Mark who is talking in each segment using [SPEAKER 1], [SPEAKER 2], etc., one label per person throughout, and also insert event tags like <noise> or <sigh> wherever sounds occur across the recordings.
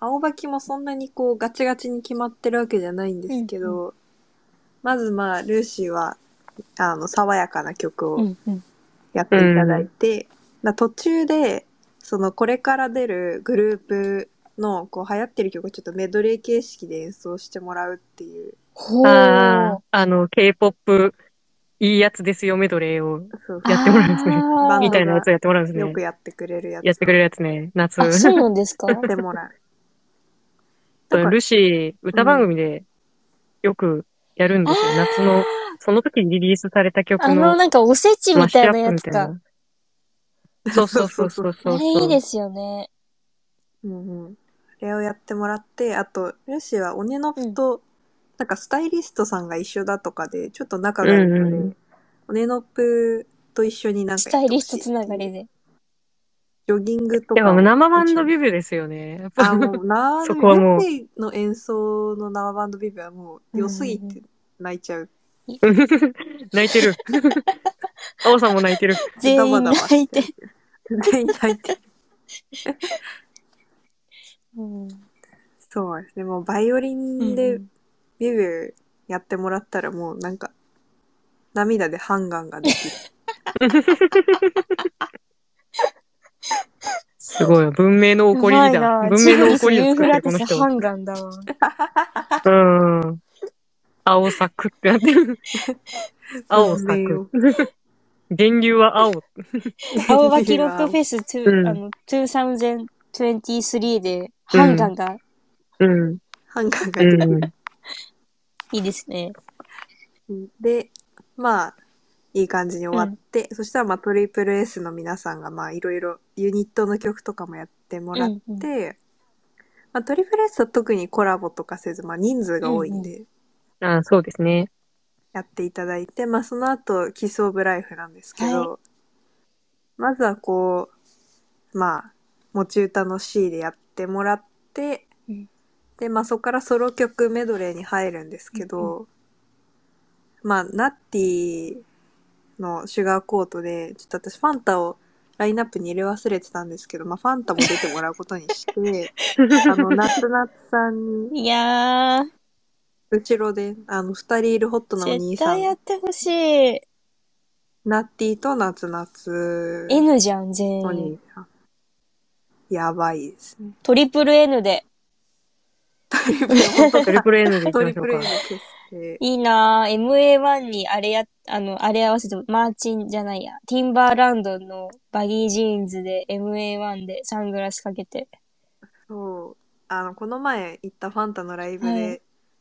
[SPEAKER 1] 青葉きもそんなにこうガチガチに決まってるわけじゃないんですけど、まずまあルーシーはあの爽やかな曲を
[SPEAKER 2] んうん
[SPEAKER 1] やっていただいて、だ途中でそのこれから出るグループのこう流行ってる曲をちょっとメドレー形式で演奏してもらうっていう
[SPEAKER 2] ほう
[SPEAKER 3] ああ、あの、K-POP、いいやつですよメドレーを、
[SPEAKER 1] そう
[SPEAKER 3] やってもらうんですね
[SPEAKER 2] あー
[SPEAKER 1] バンド
[SPEAKER 3] みたいなやつをやってもらうんです
[SPEAKER 1] よく
[SPEAKER 3] ね。
[SPEAKER 1] やってくれるやつ
[SPEAKER 3] やってくれるやつね。夏。
[SPEAKER 2] あ、そうなんです
[SPEAKER 3] <laughs>
[SPEAKER 2] か
[SPEAKER 1] やっても <laughs> らう。
[SPEAKER 3] そう
[SPEAKER 1] なんか
[SPEAKER 3] ルシー、歌番組でよくやるんですよ。
[SPEAKER 2] あー
[SPEAKER 3] 夏の、その時にリリースされた曲
[SPEAKER 2] あの、
[SPEAKER 3] の
[SPEAKER 2] なんかおせち
[SPEAKER 3] マッ
[SPEAKER 2] み
[SPEAKER 3] シ
[SPEAKER 2] たい
[SPEAKER 3] ュ
[SPEAKER 2] な
[SPEAKER 3] アップ
[SPEAKER 2] や
[SPEAKER 3] み
[SPEAKER 2] つ
[SPEAKER 3] たい
[SPEAKER 2] か。
[SPEAKER 3] な。そうそうそうそう
[SPEAKER 2] <laughs> あ
[SPEAKER 3] そう。
[SPEAKER 2] れいいですよね。
[SPEAKER 1] うんうん、あれをやってもらってあとルーシーはオネノフと、なんかスタイリストさんが一緒だとかでちょっと仲がいいので、
[SPEAKER 3] うんうん
[SPEAKER 1] オネノプと一緒になんか
[SPEAKER 2] スタイリスト
[SPEAKER 1] やってほしい
[SPEAKER 2] つながりで。
[SPEAKER 1] ジョギングと
[SPEAKER 3] で
[SPEAKER 1] か
[SPEAKER 3] も
[SPEAKER 1] を
[SPEAKER 3] 生バンドビューですよね。やっぱ
[SPEAKER 1] あもうナー
[SPEAKER 3] そこはもう
[SPEAKER 1] ルーシーの演奏の生バンドビブはもう良すぎて泣いちゃう、
[SPEAKER 3] <laughs> 泣い
[SPEAKER 2] <laughs>
[SPEAKER 3] てる。あおさんも泣いてる。
[SPEAKER 2] 全員泣いて。
[SPEAKER 1] 全員泣いて
[SPEAKER 2] うん
[SPEAKER 1] そうですねもうバイオリンでビブやってもらったらもうなんか涙でハンガンができる
[SPEAKER 3] すごい。文明の起こり
[SPEAKER 2] う
[SPEAKER 3] だ
[SPEAKER 2] まい。な
[SPEAKER 3] 文明の起こりを
[SPEAKER 2] ジ
[SPEAKER 3] 作
[SPEAKER 2] ブリスユーフ
[SPEAKER 3] ってる、こ
[SPEAKER 2] ラ
[SPEAKER 3] の
[SPEAKER 2] テス
[SPEAKER 3] 人
[SPEAKER 2] ハ。ンガンだわ。
[SPEAKER 3] うん。青咲くってなってる。
[SPEAKER 1] <laughs>
[SPEAKER 3] 青咲く。源流は青。
[SPEAKER 2] 青葉キロックフェス2、
[SPEAKER 3] うん
[SPEAKER 2] あの、2023で、ハンガンが
[SPEAKER 3] うん。
[SPEAKER 1] ハンガンができる
[SPEAKER 3] うん。
[SPEAKER 2] いいですね。
[SPEAKER 1] で、まあ、いい感じに終わって、そしたら、まあ、トリプル S の皆さんが、まあ、いろいろユニットの曲とかもやってもらって、
[SPEAKER 2] うん
[SPEAKER 1] まあ、トリプル S は特にコラボとかせず、まあ、人数が多いんで、
[SPEAKER 3] あそうですね。
[SPEAKER 1] やっていただいて、まあ、その後、キスオブライフなんですけど、まずはこう、まあ、持ち歌の C でやってもらって、
[SPEAKER 2] うん
[SPEAKER 1] で、まあ、そこからソロ曲メドレーに入るんですけど、まあ、ナッティのシュガーコートで、ちょっと私、ファンタをラインナップに入れ忘れてたんですけど、まあ、ファンタも出てもらうことにして、
[SPEAKER 2] <laughs>
[SPEAKER 1] あの、ナッツナッツさんに、
[SPEAKER 2] いやー、
[SPEAKER 1] 後ろで、あの、二人いるホットなお兄
[SPEAKER 2] 絶
[SPEAKER 1] さん
[SPEAKER 2] 対、やってほしい。
[SPEAKER 1] ナッティとナツナツ
[SPEAKER 2] N じゃん、全
[SPEAKER 1] お
[SPEAKER 2] 員
[SPEAKER 1] 兄。さん。やばいですね。
[SPEAKER 2] トリプル N で。
[SPEAKER 1] トリプル、本当
[SPEAKER 3] トリプル N でいき
[SPEAKER 1] ト
[SPEAKER 3] ま
[SPEAKER 1] リ
[SPEAKER 3] しょ
[SPEAKER 1] プ
[SPEAKER 3] う
[SPEAKER 1] ル A
[SPEAKER 3] か
[SPEAKER 1] の。決定。
[SPEAKER 2] いいなぁ。MA1 にあれや、あの、あれ合わせて、マーチンじゃないや。ティンバーランドのバギージーンズで、MA1 でサングラスかけて。
[SPEAKER 1] そう。あの、この前行ったファンタのライブ
[SPEAKER 2] は
[SPEAKER 1] で
[SPEAKER 2] い、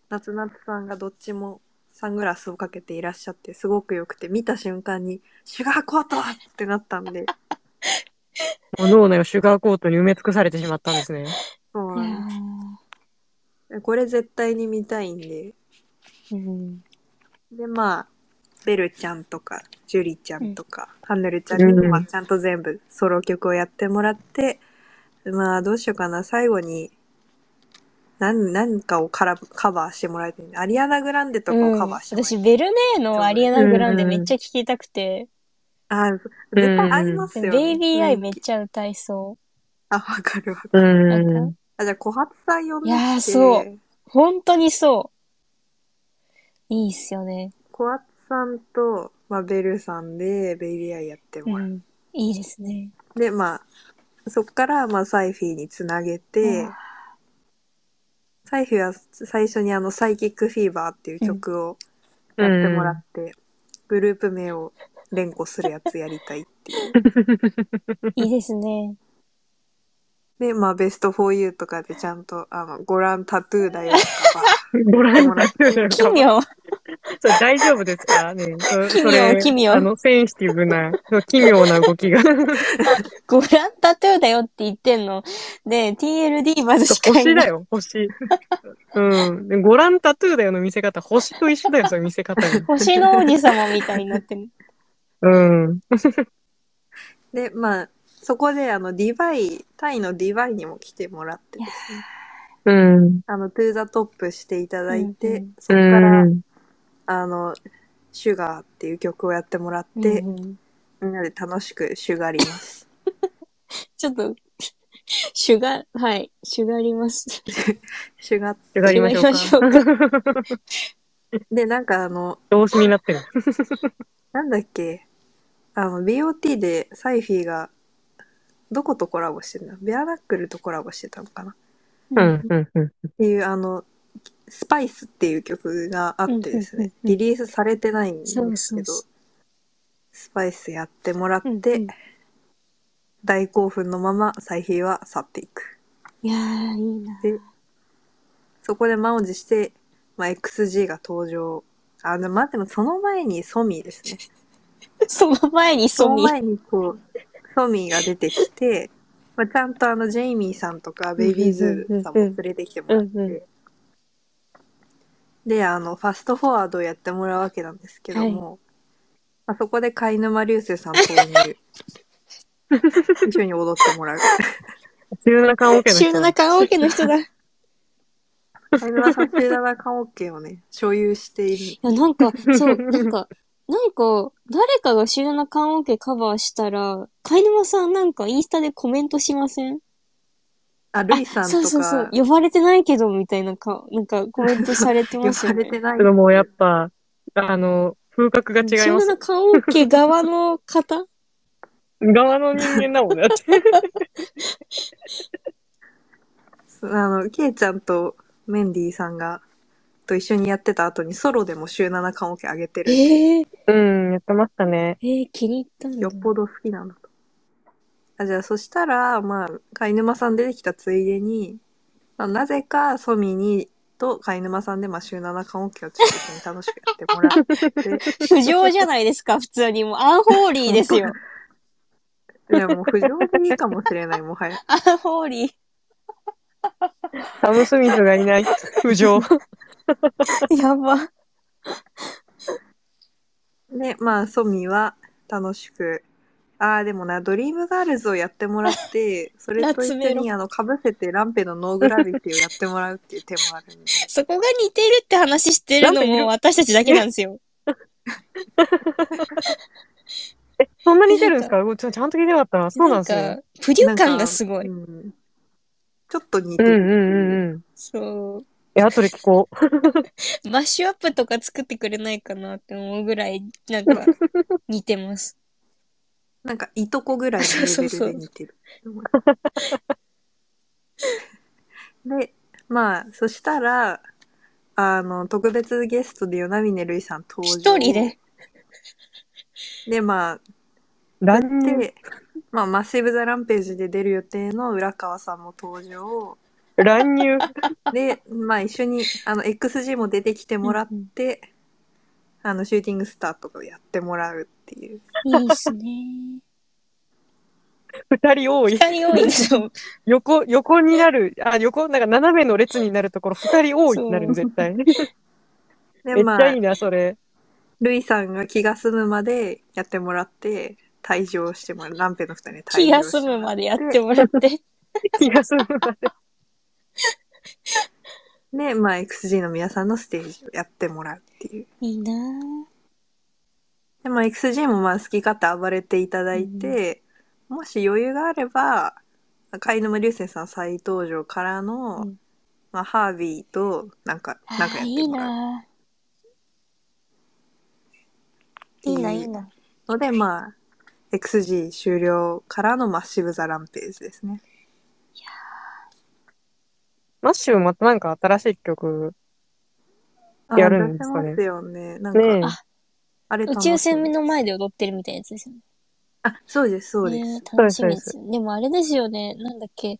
[SPEAKER 1] 夏夏さんがどっちもサングラスをかけていらっしゃって、すごく良くて、見た瞬間に、シュガーコートってなったんで、
[SPEAKER 3] もう脳内をシュガーコートに埋め尽くされてしまったんですね。
[SPEAKER 1] そう
[SPEAKER 2] いや
[SPEAKER 1] なんですこれ絶対に見たいんで。
[SPEAKER 2] ーうん。
[SPEAKER 1] で、まあ、ベルちゃんとか、ジュリちゃんとか、ハンヌルちゃんにも、
[SPEAKER 3] うん
[SPEAKER 1] まあちゃんと全部ソロ曲をやってもらって、まあ、どうしようかな、最後に、何、何かをカラカバーしてもらえていいアリアナ・グランデとかをカバーしてもらえて
[SPEAKER 2] 私、ベルネーのアリアナグランデめっちゃ聴きたくて、
[SPEAKER 1] あー、絶対ありますよ、ね。
[SPEAKER 2] ベイビーアイめっ
[SPEAKER 1] っ
[SPEAKER 2] ちゃ歌いそ
[SPEAKER 1] あ、わかるわかる。
[SPEAKER 3] うん。
[SPEAKER 1] あ、じゃあ、小発さん呼んできて。
[SPEAKER 2] いやーそう。う。本当にそう。いいっすよね。
[SPEAKER 1] 小発さんと、まあ、ベルさんで、ベイビーアイやっても
[SPEAKER 2] う
[SPEAKER 1] らう。
[SPEAKER 2] ん。いいで
[SPEAKER 1] <laughs>
[SPEAKER 2] すね。
[SPEAKER 1] で、まあ、そっから、まあ、サイフィーにつなげて、
[SPEAKER 2] うん
[SPEAKER 1] サイフィは最初にあのサイキックフィーバーっていう曲をやってもらって、グループ名を連呼するやつやりたいって
[SPEAKER 2] <laughs>
[SPEAKER 1] いう。
[SPEAKER 2] いいですね。
[SPEAKER 1] で、まあベスト4 u とかでちゃんとあのご覧タトゥーだよとか
[SPEAKER 3] ご覧になって
[SPEAKER 2] <laughs>
[SPEAKER 3] る
[SPEAKER 2] 奇妙。
[SPEAKER 3] それ大丈夫ですかねそ
[SPEAKER 2] 奇妙
[SPEAKER 3] それ
[SPEAKER 2] 奇妙
[SPEAKER 3] あの、センシティブな、そう奇妙な動きが。
[SPEAKER 2] ご覧タトゥーだよって言ってんの。で、TLD まずしか
[SPEAKER 3] 星
[SPEAKER 2] いな
[SPEAKER 3] だ
[SPEAKER 2] い。
[SPEAKER 3] よ、星。うん。でご覧タトゥーだよの見せ方、星と一緒だよ、その見せ方が。
[SPEAKER 2] 星の王子様みたいに
[SPEAKER 1] <laughs>
[SPEAKER 2] なってる。
[SPEAKER 3] うん。
[SPEAKER 1] で、まあそこであのディバイ、タイのディバイにも来てもらってですね、
[SPEAKER 3] うん。
[SPEAKER 1] あのトゥーザトップしていただいて、
[SPEAKER 2] うんうん
[SPEAKER 1] そこ
[SPEAKER 3] う
[SPEAKER 1] から
[SPEAKER 3] ん。
[SPEAKER 1] あのシュガーっていう曲をやってもらって、
[SPEAKER 2] うんうん <laughs>
[SPEAKER 1] みんなで楽しくシュガります。
[SPEAKER 2] ちょっと、 <laughs> シュガ、はい、シュガります。
[SPEAKER 1] シュガ
[SPEAKER 3] 上がりましょうか。
[SPEAKER 2] 上が
[SPEAKER 1] で、なんかあの、
[SPEAKER 3] 動詞になってる。
[SPEAKER 1] なんだっけ、あの、BOT でサイフィーが、どことコラボしてるのベアナックルとコラボしてたのかなっ
[SPEAKER 3] うん、うん、うん。
[SPEAKER 1] ていう、あの、スパイスっていう曲があってです
[SPEAKER 2] うんうん
[SPEAKER 1] ね、
[SPEAKER 2] うんう
[SPEAKER 1] リリースされてないんですけど、
[SPEAKER 2] そうそうそ
[SPEAKER 1] スパイスやってもらって、
[SPEAKER 2] うんうん
[SPEAKER 1] 大興奮のままサイフィーは去っていく。
[SPEAKER 2] いやー、いいな。
[SPEAKER 1] そこで満を持して、まあ、XG が登場。あ、でも待って、でもその前にソミーですね。
[SPEAKER 2] その前に
[SPEAKER 1] そ
[SPEAKER 2] ソ
[SPEAKER 1] の
[SPEAKER 2] ミー。
[SPEAKER 1] 前にこう、ソミーが出てきて、まあ、ちゃんとあの、ジェイミーさんとか、ベイビーズーさんも連れてきてもらっ
[SPEAKER 3] うんうんうん
[SPEAKER 1] て、で、あの、ファストフォワードをやってもらうわけなんですけども、まあ、そこで貝沼流星さんとに一緒に踊ってもらう。
[SPEAKER 3] 中中オケの人。
[SPEAKER 2] 週の中王家
[SPEAKER 1] <laughs>
[SPEAKER 2] の人だ。い
[SPEAKER 1] 貝沼さん、中七缶オッケーをね、所有している。
[SPEAKER 2] や、なんか、そう、なんか、なんか、誰かが週の中王家カバーしたら、貝沼さんなんかインスタでコメントしません
[SPEAKER 1] あ、ルイさんとか、
[SPEAKER 2] そうそうそう。呼ばれてないけど、みたいなか、なん
[SPEAKER 1] <laughs>
[SPEAKER 2] かコメントされて
[SPEAKER 1] 呼
[SPEAKER 2] ます
[SPEAKER 1] ば
[SPEAKER 2] よ
[SPEAKER 1] れ
[SPEAKER 2] ね。
[SPEAKER 1] てない
[SPEAKER 3] け。どもうやっぱ、あの、風格が違い
[SPEAKER 2] <laughs> 週
[SPEAKER 3] ます。
[SPEAKER 2] の中王家側の
[SPEAKER 1] <laughs>
[SPEAKER 2] 方
[SPEAKER 3] 側の人間だもんね。だって
[SPEAKER 1] あの、ケイちゃんとメンディーさんが、と一緒にやってた後にソロでも週7缶オケ上げてる。
[SPEAKER 2] ええ
[SPEAKER 3] うん、やってましたね。
[SPEAKER 2] ええ気に入ったんだ。
[SPEAKER 1] よっぽど好きなんだと。あ、じゃあそしたら、まあ、貝沼さん出てきたついでに、まあ、なぜかソミにと貝沼さんで、まあ、週7缶オケを中心に楽しくやってもらっ
[SPEAKER 2] <laughs>
[SPEAKER 1] て、
[SPEAKER 2] 不条じゃないですか、普通に。もう、アンホーリーですよ。
[SPEAKER 1] <laughs> いや、もう不条理かもしれない、もはや。
[SPEAKER 2] アンホーリー。
[SPEAKER 3] サム・スミスがいない。浮上。
[SPEAKER 2] やば。
[SPEAKER 1] で、まあ、ソミは楽しく、ああ、でもな、ドリームガールズをやってもらって、それと一緒
[SPEAKER 2] 夏メ
[SPEAKER 1] にあの、被せてランペのノーグラビティをやってもらうっていう手もあるんで。
[SPEAKER 2] そこが似てるって話してるのも私たちだけなんですよ。
[SPEAKER 3] そんなに似てるんですかちょちゃんと聞いてなかった。そうなんですね。
[SPEAKER 2] か、プリュ感がすごい。
[SPEAKER 1] なんかうんちょっと似
[SPEAKER 3] う
[SPEAKER 1] て
[SPEAKER 3] ん
[SPEAKER 1] る。
[SPEAKER 3] うんうんうん。
[SPEAKER 2] そ
[SPEAKER 3] え、後で聞こう。
[SPEAKER 2] う。マッシュアップとか作ってくれないかなって思うぐらい、なんか、似てます。
[SPEAKER 1] なんか、いとこぐらいのレベルで似てる。で、まあ、そしたら、あの、特別ゲストでヨナミネルイさん登場。
[SPEAKER 2] 一人で。
[SPEAKER 1] で、まあ、
[SPEAKER 3] 乱入、
[SPEAKER 1] で、まあ、マッシブ・ザ・ランページで出る予定の浦川さんも登
[SPEAKER 2] <laughs>
[SPEAKER 1] 場。
[SPEAKER 3] 乱入。
[SPEAKER 1] で、まあ、一緒に、あの、XG も出てきてもらって、あの、シューティングスターとかをやってもらうっていう。
[SPEAKER 2] いいっすね。
[SPEAKER 3] 二人多い。
[SPEAKER 2] 二人多いんですよ。
[SPEAKER 3] 横、横になる。あ、横、なんか斜めの列になるところ、二人多いってな
[SPEAKER 2] そ
[SPEAKER 3] る
[SPEAKER 2] う
[SPEAKER 3] の、絶対。めっち
[SPEAKER 1] で、ま
[SPEAKER 3] ゃ
[SPEAKER 1] あ
[SPEAKER 3] いい、な、そ <laughs> れ。
[SPEAKER 1] ルイさんが気が済むまでやってもらって、退場してもらう。ランペの二人に退場
[SPEAKER 2] 気が済むまでやってもらって。
[SPEAKER 3] 気がするまで。
[SPEAKER 1] で、まあ、XG の皆さんのステージをやってもらうっていう。
[SPEAKER 2] いいなぁ。
[SPEAKER 1] で、まあ、XG もまあ、好き勝手暴れていただいて、もし余裕があれば、貝沼流星さん再登場からの、
[SPEAKER 2] うん
[SPEAKER 1] まあ、ハービーと、なんか、なんか
[SPEAKER 2] あ
[SPEAKER 1] やっ
[SPEAKER 2] ーい
[SPEAKER 1] て
[SPEAKER 2] い
[SPEAKER 1] もらう
[SPEAKER 2] な
[SPEAKER 1] て
[SPEAKER 2] ぁ。い
[SPEAKER 1] い
[SPEAKER 2] いうな、いいな。
[SPEAKER 1] ので、まあ、XG 終了からのマッシブ・ザ・ランページですね。
[SPEAKER 3] マッシュまたなんか新しい曲。
[SPEAKER 1] あ
[SPEAKER 3] やるんですかね
[SPEAKER 1] 出せますよね。なんか、
[SPEAKER 3] ねえ
[SPEAKER 2] あ。
[SPEAKER 1] あれ
[SPEAKER 2] 宇
[SPEAKER 1] 楽しみ
[SPEAKER 2] 宙船の前で踊ってるみたいなやつですよね。
[SPEAKER 1] あ、そうです、そうです。
[SPEAKER 2] ね楽しみです。でもあれですよね、なんだっけ、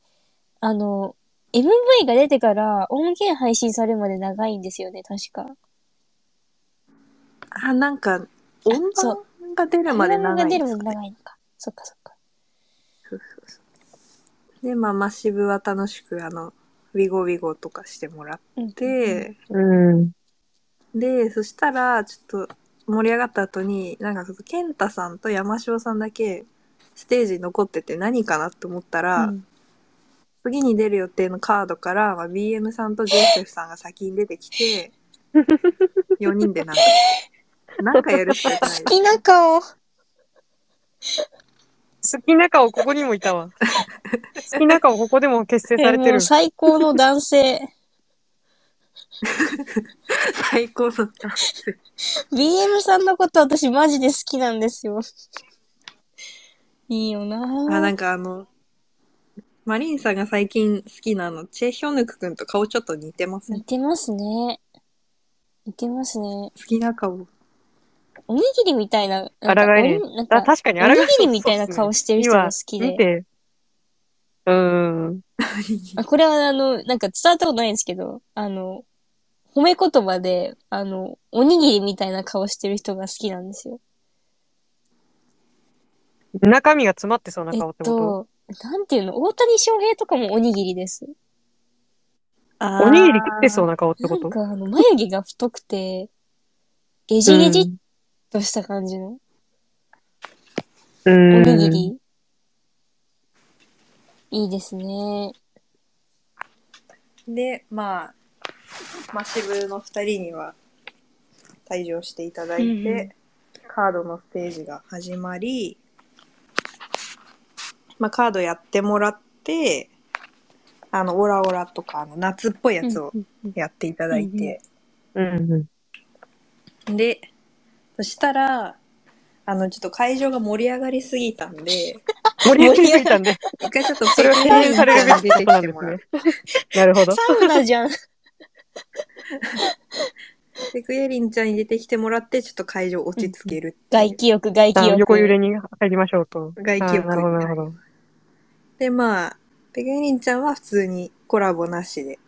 [SPEAKER 2] あの、MV が出てから音源配信されるまで長いんですよね、確か。
[SPEAKER 1] あ、なんか、音
[SPEAKER 2] そ
[SPEAKER 1] 盤が出るまで長い
[SPEAKER 2] が
[SPEAKER 1] んで
[SPEAKER 2] 出
[SPEAKER 1] す
[SPEAKER 2] る
[SPEAKER 1] か
[SPEAKER 2] ま
[SPEAKER 1] ね
[SPEAKER 2] で長いのか。そっかそっか。
[SPEAKER 1] そうそうそうで、まあ、マシブは楽しく、あの、ウィゴウィゴとかしてもらっ
[SPEAKER 2] うん、
[SPEAKER 1] て、
[SPEAKER 3] うん。
[SPEAKER 1] で、そしたら、ちょっと盛り上がった後に、なんか、ケンタさんと山椒さんだけ、ステージに残ってて何かなって思ったら、
[SPEAKER 2] うん
[SPEAKER 1] 次に出る予定のカードから、まあ、BM さんとジョセフさんが先に出てき
[SPEAKER 3] <laughs>
[SPEAKER 1] て、4人でなんか、なんかやるしかない。
[SPEAKER 2] 好きな顔。
[SPEAKER 3] 好きな顔ここにもいた
[SPEAKER 2] <laughs>
[SPEAKER 3] わ。好きな顔ここでも結成されて
[SPEAKER 2] も
[SPEAKER 3] る
[SPEAKER 2] う。最高の男性。 <laughs>
[SPEAKER 1] 最高の
[SPEAKER 2] BM さんのこと私マジで好きなんですよ。いいよ
[SPEAKER 1] あ、
[SPEAKER 2] な
[SPEAKER 1] な
[SPEAKER 2] ぁ。
[SPEAKER 1] んかあの、マリンさんが最近好きなあの、チェ・ヒョヌクくんと顔ちょっと似てません
[SPEAKER 2] 似
[SPEAKER 1] 好
[SPEAKER 2] てますね。似てますね。
[SPEAKER 1] きな顔。
[SPEAKER 2] おにぎりみたいな、な
[SPEAKER 3] あ
[SPEAKER 2] んから
[SPEAKER 3] がえ
[SPEAKER 2] お
[SPEAKER 3] ね
[SPEAKER 2] になん
[SPEAKER 3] あ
[SPEAKER 2] か、
[SPEAKER 3] 確かに、
[SPEAKER 2] お
[SPEAKER 3] あら
[SPEAKER 2] に
[SPEAKER 3] がえ
[SPEAKER 2] ぎりみたいな顔してる人が好き
[SPEAKER 3] 今見
[SPEAKER 2] で。
[SPEAKER 3] て。うーん。
[SPEAKER 2] あこれはあの、なんか伝わったことないんですけど、あの、褒め言葉で、あの、おにぎりみたいな顔してる人が好きなんですよ。
[SPEAKER 3] 中身が詰まってそうな
[SPEAKER 2] えっ
[SPEAKER 3] 顔ってこと、
[SPEAKER 2] と、なんていうの、大谷翔平とかもおにぎりです。
[SPEAKER 1] お
[SPEAKER 3] おにぎり食ってそうな顔って
[SPEAKER 2] な
[SPEAKER 3] こ
[SPEAKER 2] ん
[SPEAKER 3] と
[SPEAKER 2] かあの、眉毛が太くて、ゲジゲジっとした感じの、
[SPEAKER 3] うん
[SPEAKER 2] おにぎり。いいですね。
[SPEAKER 1] で、まあ、マシブの二人には退場していただいて、
[SPEAKER 2] うんうん
[SPEAKER 1] カードのステージが始まり、まあ、カードやってもらって、あの、オラオラとか、あの、夏っぽいやつを
[SPEAKER 2] うんうんうん
[SPEAKER 1] やっていただいて、
[SPEAKER 3] うんうん。
[SPEAKER 1] で、そしたら、あの、ちょっと会場が盛り上がりすぎたんで、
[SPEAKER 3] 盛り上がりすぎたんで、
[SPEAKER 1] 一回ちょっと
[SPEAKER 3] それは敬遠されるべきことな
[SPEAKER 2] <laughs>
[SPEAKER 3] んですね。なるほど。
[SPEAKER 2] サウナ
[SPEAKER 3] <laughs>
[SPEAKER 2] じゃん。
[SPEAKER 1] で、クエリンちゃんに出てきてもらって、ちょっと会場を落ち着けるっていう
[SPEAKER 2] 外気浴、外気
[SPEAKER 3] あ
[SPEAKER 2] 浴。
[SPEAKER 3] 横揺れに入りましょうと。
[SPEAKER 1] 外気浴
[SPEAKER 3] あなるほど、なるほど。
[SPEAKER 1] で、まあ、ペグエリンちゃんは普通にコラボなしで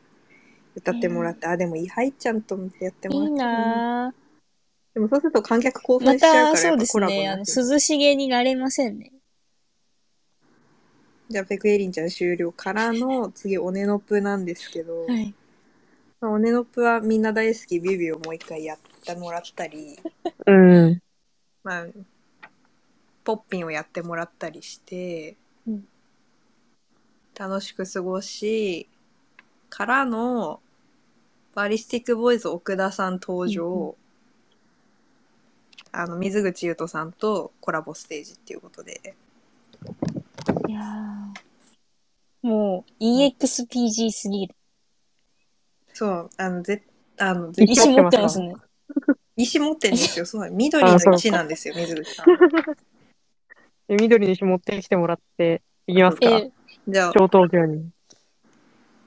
[SPEAKER 1] 歌ってもらって、あ、でもいい、はいちゃんとやっても
[SPEAKER 2] い
[SPEAKER 1] らっ
[SPEAKER 2] い
[SPEAKER 1] てもな
[SPEAKER 2] なぁ。
[SPEAKER 1] でもそうすると観客興奮
[SPEAKER 2] ま
[SPEAKER 1] しちゃうから、
[SPEAKER 2] た、そ
[SPEAKER 1] や
[SPEAKER 2] う
[SPEAKER 1] っぱ
[SPEAKER 2] です
[SPEAKER 1] コラボ
[SPEAKER 2] ね。あの、
[SPEAKER 1] なし。
[SPEAKER 2] 涼しげになれませんね。
[SPEAKER 1] じゃあ、ペグエリンちゃん終了からの、次、オネノプなんですけど、
[SPEAKER 2] はい。
[SPEAKER 1] まあオネノプはみんな大好きビビをもう一回やってもらったり、
[SPEAKER 3] うん。
[SPEAKER 1] まあ、ポッピンをやってもらったりして、
[SPEAKER 2] うん
[SPEAKER 1] 楽しく過ごしからのバリスティックボーイズ奥田さん登場、あの水口優斗さんとコラボステージっていうことで
[SPEAKER 2] いやーもう、EXPG すぎる。
[SPEAKER 1] そうあのぜあのぜ
[SPEAKER 3] い
[SPEAKER 2] 石持っ
[SPEAKER 1] <laughs>
[SPEAKER 2] てますね。
[SPEAKER 1] 石持ってるんですよそうなの緑の石なんですよ水口さん
[SPEAKER 3] で緑の石持ってきてもらって、いきますか。
[SPEAKER 2] え、
[SPEAKER 1] じゃあ
[SPEAKER 3] 超東京に。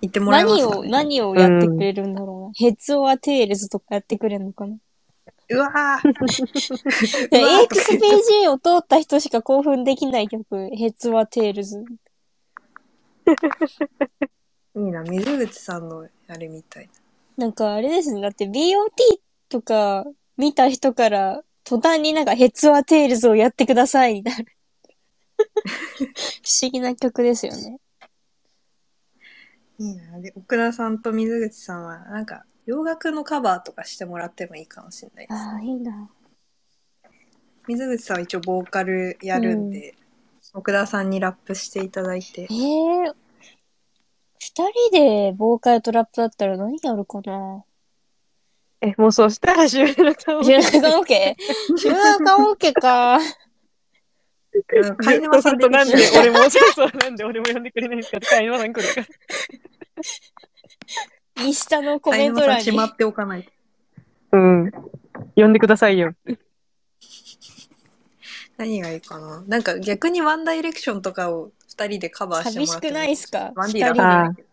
[SPEAKER 1] 行ってもらいます
[SPEAKER 2] 何
[SPEAKER 1] か
[SPEAKER 2] を、何をやってくれるんだろうな。ヘッツオアテールズとかやってくれるのか
[SPEAKER 1] <laughs>
[SPEAKER 2] な。
[SPEAKER 1] うわー
[SPEAKER 2] で
[SPEAKER 1] <laughs> うわーとか言って
[SPEAKER 2] EXPG を通った人しか興奮できない曲、ヘッツオアテールズ。
[SPEAKER 1] いいな水口さんのあれみたい
[SPEAKER 2] なんかあれですね。だって BOT とか見た人から途端になんかヘッツオアテールズをやってくださいみたいな。 <laughs> 不思議な曲ですよね。
[SPEAKER 1] いいな。で、奥田さんと水口さんは、なんか、洋楽のカバーとかしてもらってもいいかもしれないです。
[SPEAKER 2] ああ、いいな。
[SPEAKER 1] 水口さんは一応ボーカルやるんで、奥田さんにラップしていただいて
[SPEAKER 2] え、え二人でボーカルとラップだったら何やるかな
[SPEAKER 3] え、もうそうしたら終了と。
[SPEAKER 2] 中間オ <laughs> ケ中間オケか。
[SPEAKER 1] あの貝沼さん
[SPEAKER 3] そうすると
[SPEAKER 1] 出
[SPEAKER 3] な
[SPEAKER 1] て
[SPEAKER 3] ん
[SPEAKER 1] き
[SPEAKER 3] で
[SPEAKER 1] て
[SPEAKER 3] 俺も、そうそう、なんで俺も呼んでくれないんですかって貝沼さん来るから。
[SPEAKER 2] インスタのコ
[SPEAKER 1] 貝
[SPEAKER 2] メン
[SPEAKER 1] 沼さ
[SPEAKER 2] ト
[SPEAKER 1] ん
[SPEAKER 2] 欄
[SPEAKER 1] し
[SPEAKER 2] に。
[SPEAKER 1] まっておかないと。
[SPEAKER 3] <laughs> うん。呼んでくださいよ。
[SPEAKER 1] 何がいいかな。なんか、逆にワンダイレクションとかを二人でカバーしてもら
[SPEAKER 2] 寂し
[SPEAKER 1] っても
[SPEAKER 2] くないっすか
[SPEAKER 1] ワン
[SPEAKER 2] 二
[SPEAKER 1] ディラ
[SPEAKER 2] 人
[SPEAKER 1] ブ
[SPEAKER 2] で。
[SPEAKER 3] あ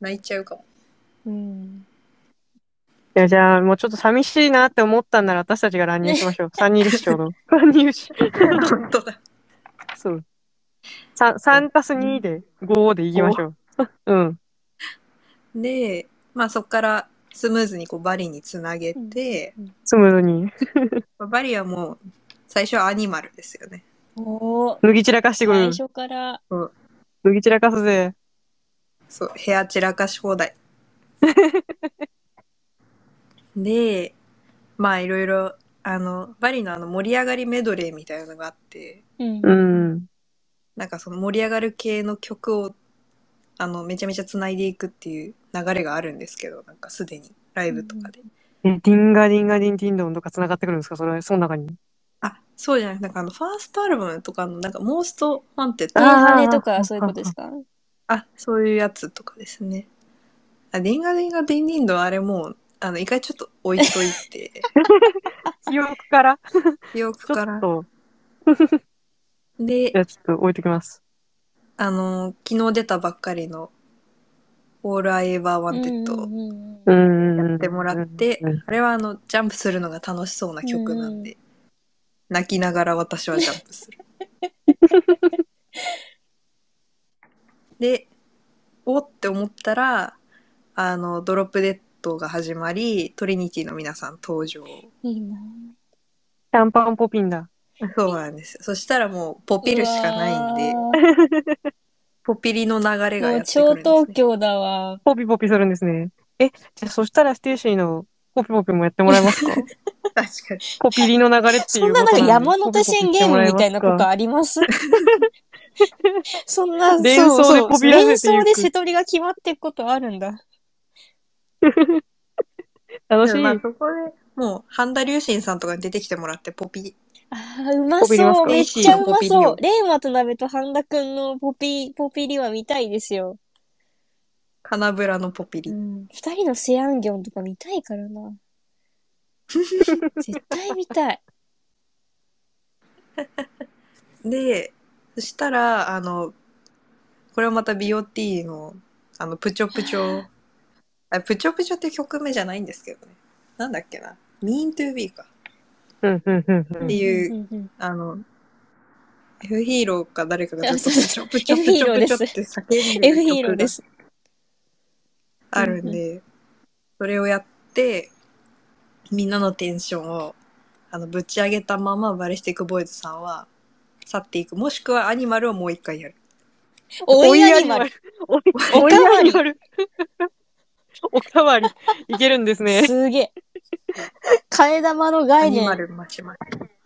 [SPEAKER 1] 泣いちゃうかも。
[SPEAKER 2] うん。
[SPEAKER 3] いや、じゃあ、もうちょっと寂しいなって思ったんなら、私たちが乱入しましょ <laughs> う。三人いるし、ちょうど。三人いるし。
[SPEAKER 1] 本当だ。
[SPEAKER 3] そう。三、三足す2で、5でいきましょう。うん。
[SPEAKER 1] で、まあそこからスムーズにこうバリにつなげて、
[SPEAKER 3] スムーズに。
[SPEAKER 1] まあバリはもう、最初はアニマルですよね。
[SPEAKER 2] おー。
[SPEAKER 3] 脱ぎ散らかしてく
[SPEAKER 2] 最
[SPEAKER 3] る。
[SPEAKER 2] 初から。
[SPEAKER 3] 脱ぎ散らかすぜ。
[SPEAKER 1] そう、部屋散らかし放題。で、まあいろいろ、あの、バリのあの盛り上がりメドレーみたいなのがあって、
[SPEAKER 2] うん
[SPEAKER 3] う。ん。
[SPEAKER 1] なんかその盛り上がる系の曲を、あの、めちゃめちゃ繋いでいくっていう流れがあるんですけど、なんかすでに、ライブとかで。
[SPEAKER 3] え、ディンガディンガディンディンドンとか繋がってくるんですかそれ、その中に。
[SPEAKER 1] あ、そうじゃない。なんかあの、ファーストアルバムとかの、なんか、モーストファンテッ
[SPEAKER 2] デ
[SPEAKER 3] あ
[SPEAKER 2] ン
[SPEAKER 1] ド。
[SPEAKER 3] ー
[SPEAKER 2] ハネとかそういうことですか
[SPEAKER 1] あ、そういうやつとかですね。あ、ディンガディンガディンディンドはあれもう、あの、一回ちょっと置いといて、
[SPEAKER 3] 記憶から。ち
[SPEAKER 1] よく
[SPEAKER 3] ょ
[SPEAKER 1] か
[SPEAKER 3] っ
[SPEAKER 1] ら。
[SPEAKER 3] と、
[SPEAKER 1] で
[SPEAKER 3] じ、ゃあちょっと置いときます。
[SPEAKER 1] あの、昨日出たばっかりの、All I Ever
[SPEAKER 2] うん
[SPEAKER 1] Wanted
[SPEAKER 2] う
[SPEAKER 1] を
[SPEAKER 2] んうん
[SPEAKER 3] う
[SPEAKER 2] うん
[SPEAKER 3] んうん。
[SPEAKER 1] やってもらって
[SPEAKER 3] うんうん、
[SPEAKER 1] あれはあの、ジャンプするのが楽しそうな曲なんで、泣きながら私はジャンプす
[SPEAKER 2] <laughs>
[SPEAKER 1] る。で、おって思ったら、あの、ドロップデッドが始まり、トリニティの皆さん登場。
[SPEAKER 2] いいな。
[SPEAKER 3] シャンパンポピンだ。
[SPEAKER 1] そうなんですよ。そしたらもう、ポピるしかないんで、
[SPEAKER 2] う
[SPEAKER 1] ポピリの流れ
[SPEAKER 2] わ
[SPEAKER 1] が
[SPEAKER 2] ーも
[SPEAKER 1] や
[SPEAKER 2] う
[SPEAKER 1] ってくる
[SPEAKER 2] 超
[SPEAKER 1] んです、
[SPEAKER 2] 東
[SPEAKER 1] ね。
[SPEAKER 2] 京だわ。
[SPEAKER 3] ポピポピするんですね。え、じゃあそしたらステーシーのポピポピもやってもらえます <laughs> か
[SPEAKER 1] <laughs> 確かに。
[SPEAKER 3] ポピリの流れって
[SPEAKER 2] そ
[SPEAKER 3] い
[SPEAKER 2] ん
[SPEAKER 3] うこ
[SPEAKER 2] な
[SPEAKER 3] と
[SPEAKER 2] なんか
[SPEAKER 3] なんで
[SPEAKER 2] 山手線ゲームみたいなこと
[SPEAKER 3] ポ
[SPEAKER 2] あります <laughs> そんな、
[SPEAKER 3] 連想で
[SPEAKER 2] そう
[SPEAKER 3] こ
[SPEAKER 2] そう。
[SPEAKER 3] びらせて
[SPEAKER 2] 連想
[SPEAKER 3] いく
[SPEAKER 2] で瀬取りが決まっていくことあるんだ。
[SPEAKER 3] ピポピしても
[SPEAKER 1] まあ
[SPEAKER 3] らえますか楽しい。
[SPEAKER 1] そこで、もう、半田龍心さんとかに出てきてもらって、ポピ
[SPEAKER 2] ああ、うま
[SPEAKER 3] こびります
[SPEAKER 2] そ
[SPEAKER 3] か
[SPEAKER 2] う。めっちゃうま
[SPEAKER 1] 美味しいよポピリ
[SPEAKER 2] そ
[SPEAKER 1] オ
[SPEAKER 2] う。レイマと鍋と半田くんのポピ、ポピリは見たいですよ。
[SPEAKER 1] カナブラのポピ
[SPEAKER 2] う
[SPEAKER 1] リ。
[SPEAKER 2] ん。二人のセアンギョンとか見たいからな。絶対見た <laughs> い。
[SPEAKER 1] で、そしたら、あの、これはまた BOT の、あの、プチョプチョ。あ、プチョプチョって曲名じゃないんですけどね。なんだっけな。Mean to be か。
[SPEAKER 3] うんうんうんうん
[SPEAKER 1] ていう
[SPEAKER 2] うんうんうん。
[SPEAKER 1] あの、F ヒーローか誰かがずっと
[SPEAKER 2] あ
[SPEAKER 1] プチ
[SPEAKER 2] そうそう
[SPEAKER 1] ョプチョプチョプチョって叫んで
[SPEAKER 2] F
[SPEAKER 1] る
[SPEAKER 2] ヒーロ
[SPEAKER 1] 曲
[SPEAKER 2] ーで
[SPEAKER 1] が
[SPEAKER 2] す。
[SPEAKER 1] あるんで、それをやって、みんなのテンションを、あの、ぶち上げたままバリスティックボーイズさんは去っていく。もしくはアニマルをもう一回やる。
[SPEAKER 2] おいアニマル。。
[SPEAKER 3] おい
[SPEAKER 2] お
[SPEAKER 3] おい
[SPEAKER 2] かわり
[SPEAKER 3] アニマル。おかわり。いけるんですね。
[SPEAKER 2] す <laughs> げえ。替え玉の概
[SPEAKER 1] アニ
[SPEAKER 2] 念。
[SPEAKER 1] マル待ちます。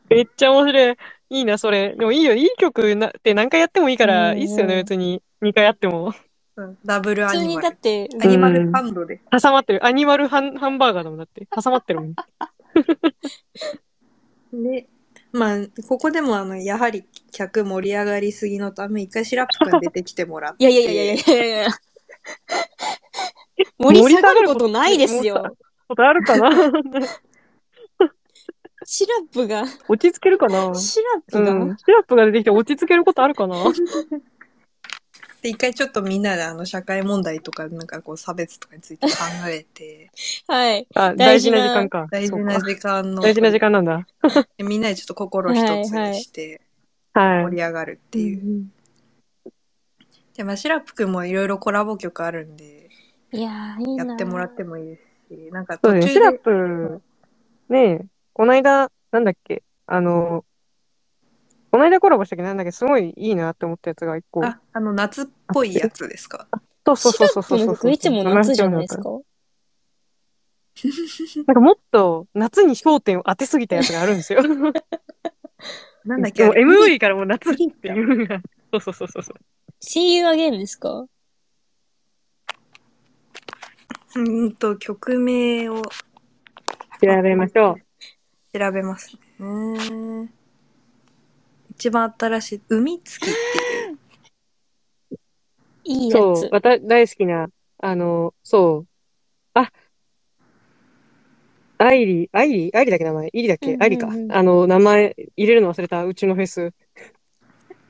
[SPEAKER 3] めっちゃ面白い。いいな、それ。でもいいよ。いい曲なって何回やってもいいから、
[SPEAKER 2] うん
[SPEAKER 3] いいっすよね、別に。2回やっても。
[SPEAKER 1] うんダブルア
[SPEAKER 2] 普通
[SPEAKER 1] ニ
[SPEAKER 2] に
[SPEAKER 1] マ
[SPEAKER 2] だっ
[SPEAKER 1] ル。
[SPEAKER 2] て、
[SPEAKER 1] アニマルサンドで。
[SPEAKER 3] 挟まってる。アニマルハンハンバーガーだもん、だって。挟まって <laughs> るもん。
[SPEAKER 1] で、まあ、ここでもあの、やはり客盛り上がりすぎのため、一回シラップくん出てきてもらっ
[SPEAKER 2] <laughs> い
[SPEAKER 1] て。
[SPEAKER 2] やいやいやいやいやいやいや。盛り下がることないですよ。
[SPEAKER 3] ことあるかな
[SPEAKER 2] シラップが、
[SPEAKER 3] <laughs> 落ち着けるかな
[SPEAKER 2] シラッ
[SPEAKER 3] う
[SPEAKER 2] プが、
[SPEAKER 3] ん。シラップが出てきて落ち着けることあるかな
[SPEAKER 1] で、一回ちょっとみんなであの、社会問題とか、なんかこう、差別とかについて考え
[SPEAKER 2] <laughs>
[SPEAKER 1] て、
[SPEAKER 2] はい。
[SPEAKER 3] あ、
[SPEAKER 2] 大
[SPEAKER 3] 大
[SPEAKER 2] 事
[SPEAKER 3] 事
[SPEAKER 2] な
[SPEAKER 3] な時間か。
[SPEAKER 1] 大事
[SPEAKER 3] そ
[SPEAKER 1] な
[SPEAKER 3] うか
[SPEAKER 1] 時間の、
[SPEAKER 3] 大事な時間なんだ。
[SPEAKER 1] でみんなでちょっと心を一つにして
[SPEAKER 3] は
[SPEAKER 1] 盛
[SPEAKER 3] い。
[SPEAKER 1] り上がるっていう。
[SPEAKER 2] うん
[SPEAKER 1] で、まあ、シラップくんもいろいろコラボ曲あるんで、
[SPEAKER 2] いやー、いい
[SPEAKER 1] や
[SPEAKER 2] な。
[SPEAKER 1] ってもらってもいいですし、なんか
[SPEAKER 3] そ
[SPEAKER 1] 途
[SPEAKER 3] うね。
[SPEAKER 1] 中
[SPEAKER 3] シラッ
[SPEAKER 1] で、
[SPEAKER 3] プ、ねえ、こないだ、なんだっけ、あの、こないだコラボしたけど、なんだっけ、すごいいいなって思ったやつが一個。
[SPEAKER 1] あ、あの、夏っぽいやつですか。
[SPEAKER 3] そうそうそ
[SPEAKER 2] シラッ
[SPEAKER 3] うそうそう
[SPEAKER 2] プ
[SPEAKER 3] そ
[SPEAKER 2] の
[SPEAKER 3] うそう。
[SPEAKER 2] 服いつも夏じゃないですか
[SPEAKER 3] なんかもっと夏に焦点を当てすぎたやつがあるんですよ。もう
[SPEAKER 1] なんだっけ、あれ
[SPEAKER 3] MV からもう夏っていうのが。そうそうそうそうそう。
[SPEAKER 2] ?See you again ですか
[SPEAKER 1] うーんと、曲名を
[SPEAKER 3] 調べましょう。
[SPEAKER 1] 調べますね。一番新しい、海月っていう。
[SPEAKER 2] いいや
[SPEAKER 3] そう
[SPEAKER 2] つ、。
[SPEAKER 3] わた大好きな、あの、そう。あ、アイリー、アイリー、アイリーだっけ名前。イリだっ
[SPEAKER 2] うん
[SPEAKER 3] け
[SPEAKER 2] うんうん
[SPEAKER 3] アイリーか。あの、名前入れるの忘れた。うちのフェス。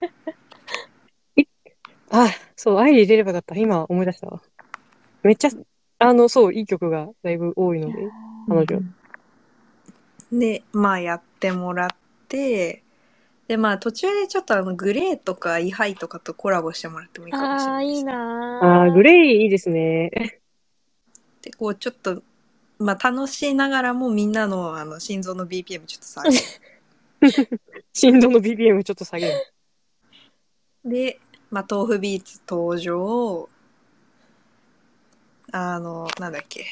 [SPEAKER 3] <laughs> いあ、そう、アイリー入れればよかった。今思い出したわ。めっちゃ、あの、そう、いい曲がだいぶ多いので、彼女。
[SPEAKER 1] で、まあやってもらって、で、まあ途中でちょっとあの、グレーとかイハイとかとコラボしてもらってもいいかもしれ
[SPEAKER 2] あ
[SPEAKER 1] な
[SPEAKER 2] ー、
[SPEAKER 1] いで
[SPEAKER 2] い
[SPEAKER 1] す
[SPEAKER 2] い
[SPEAKER 1] ね。
[SPEAKER 2] な
[SPEAKER 3] あー、グ
[SPEAKER 2] レ
[SPEAKER 3] レイいいですね。 <laughs>
[SPEAKER 1] で、こうちょっと、まあ楽しいながらもみんなのあの、心臓の BPM ちょっと下
[SPEAKER 2] <laughs>
[SPEAKER 1] げ
[SPEAKER 3] 振動の BPM ちょっと下げる。
[SPEAKER 1] で、まあ、豆腐ビーツ登場。あの、なんだっけ。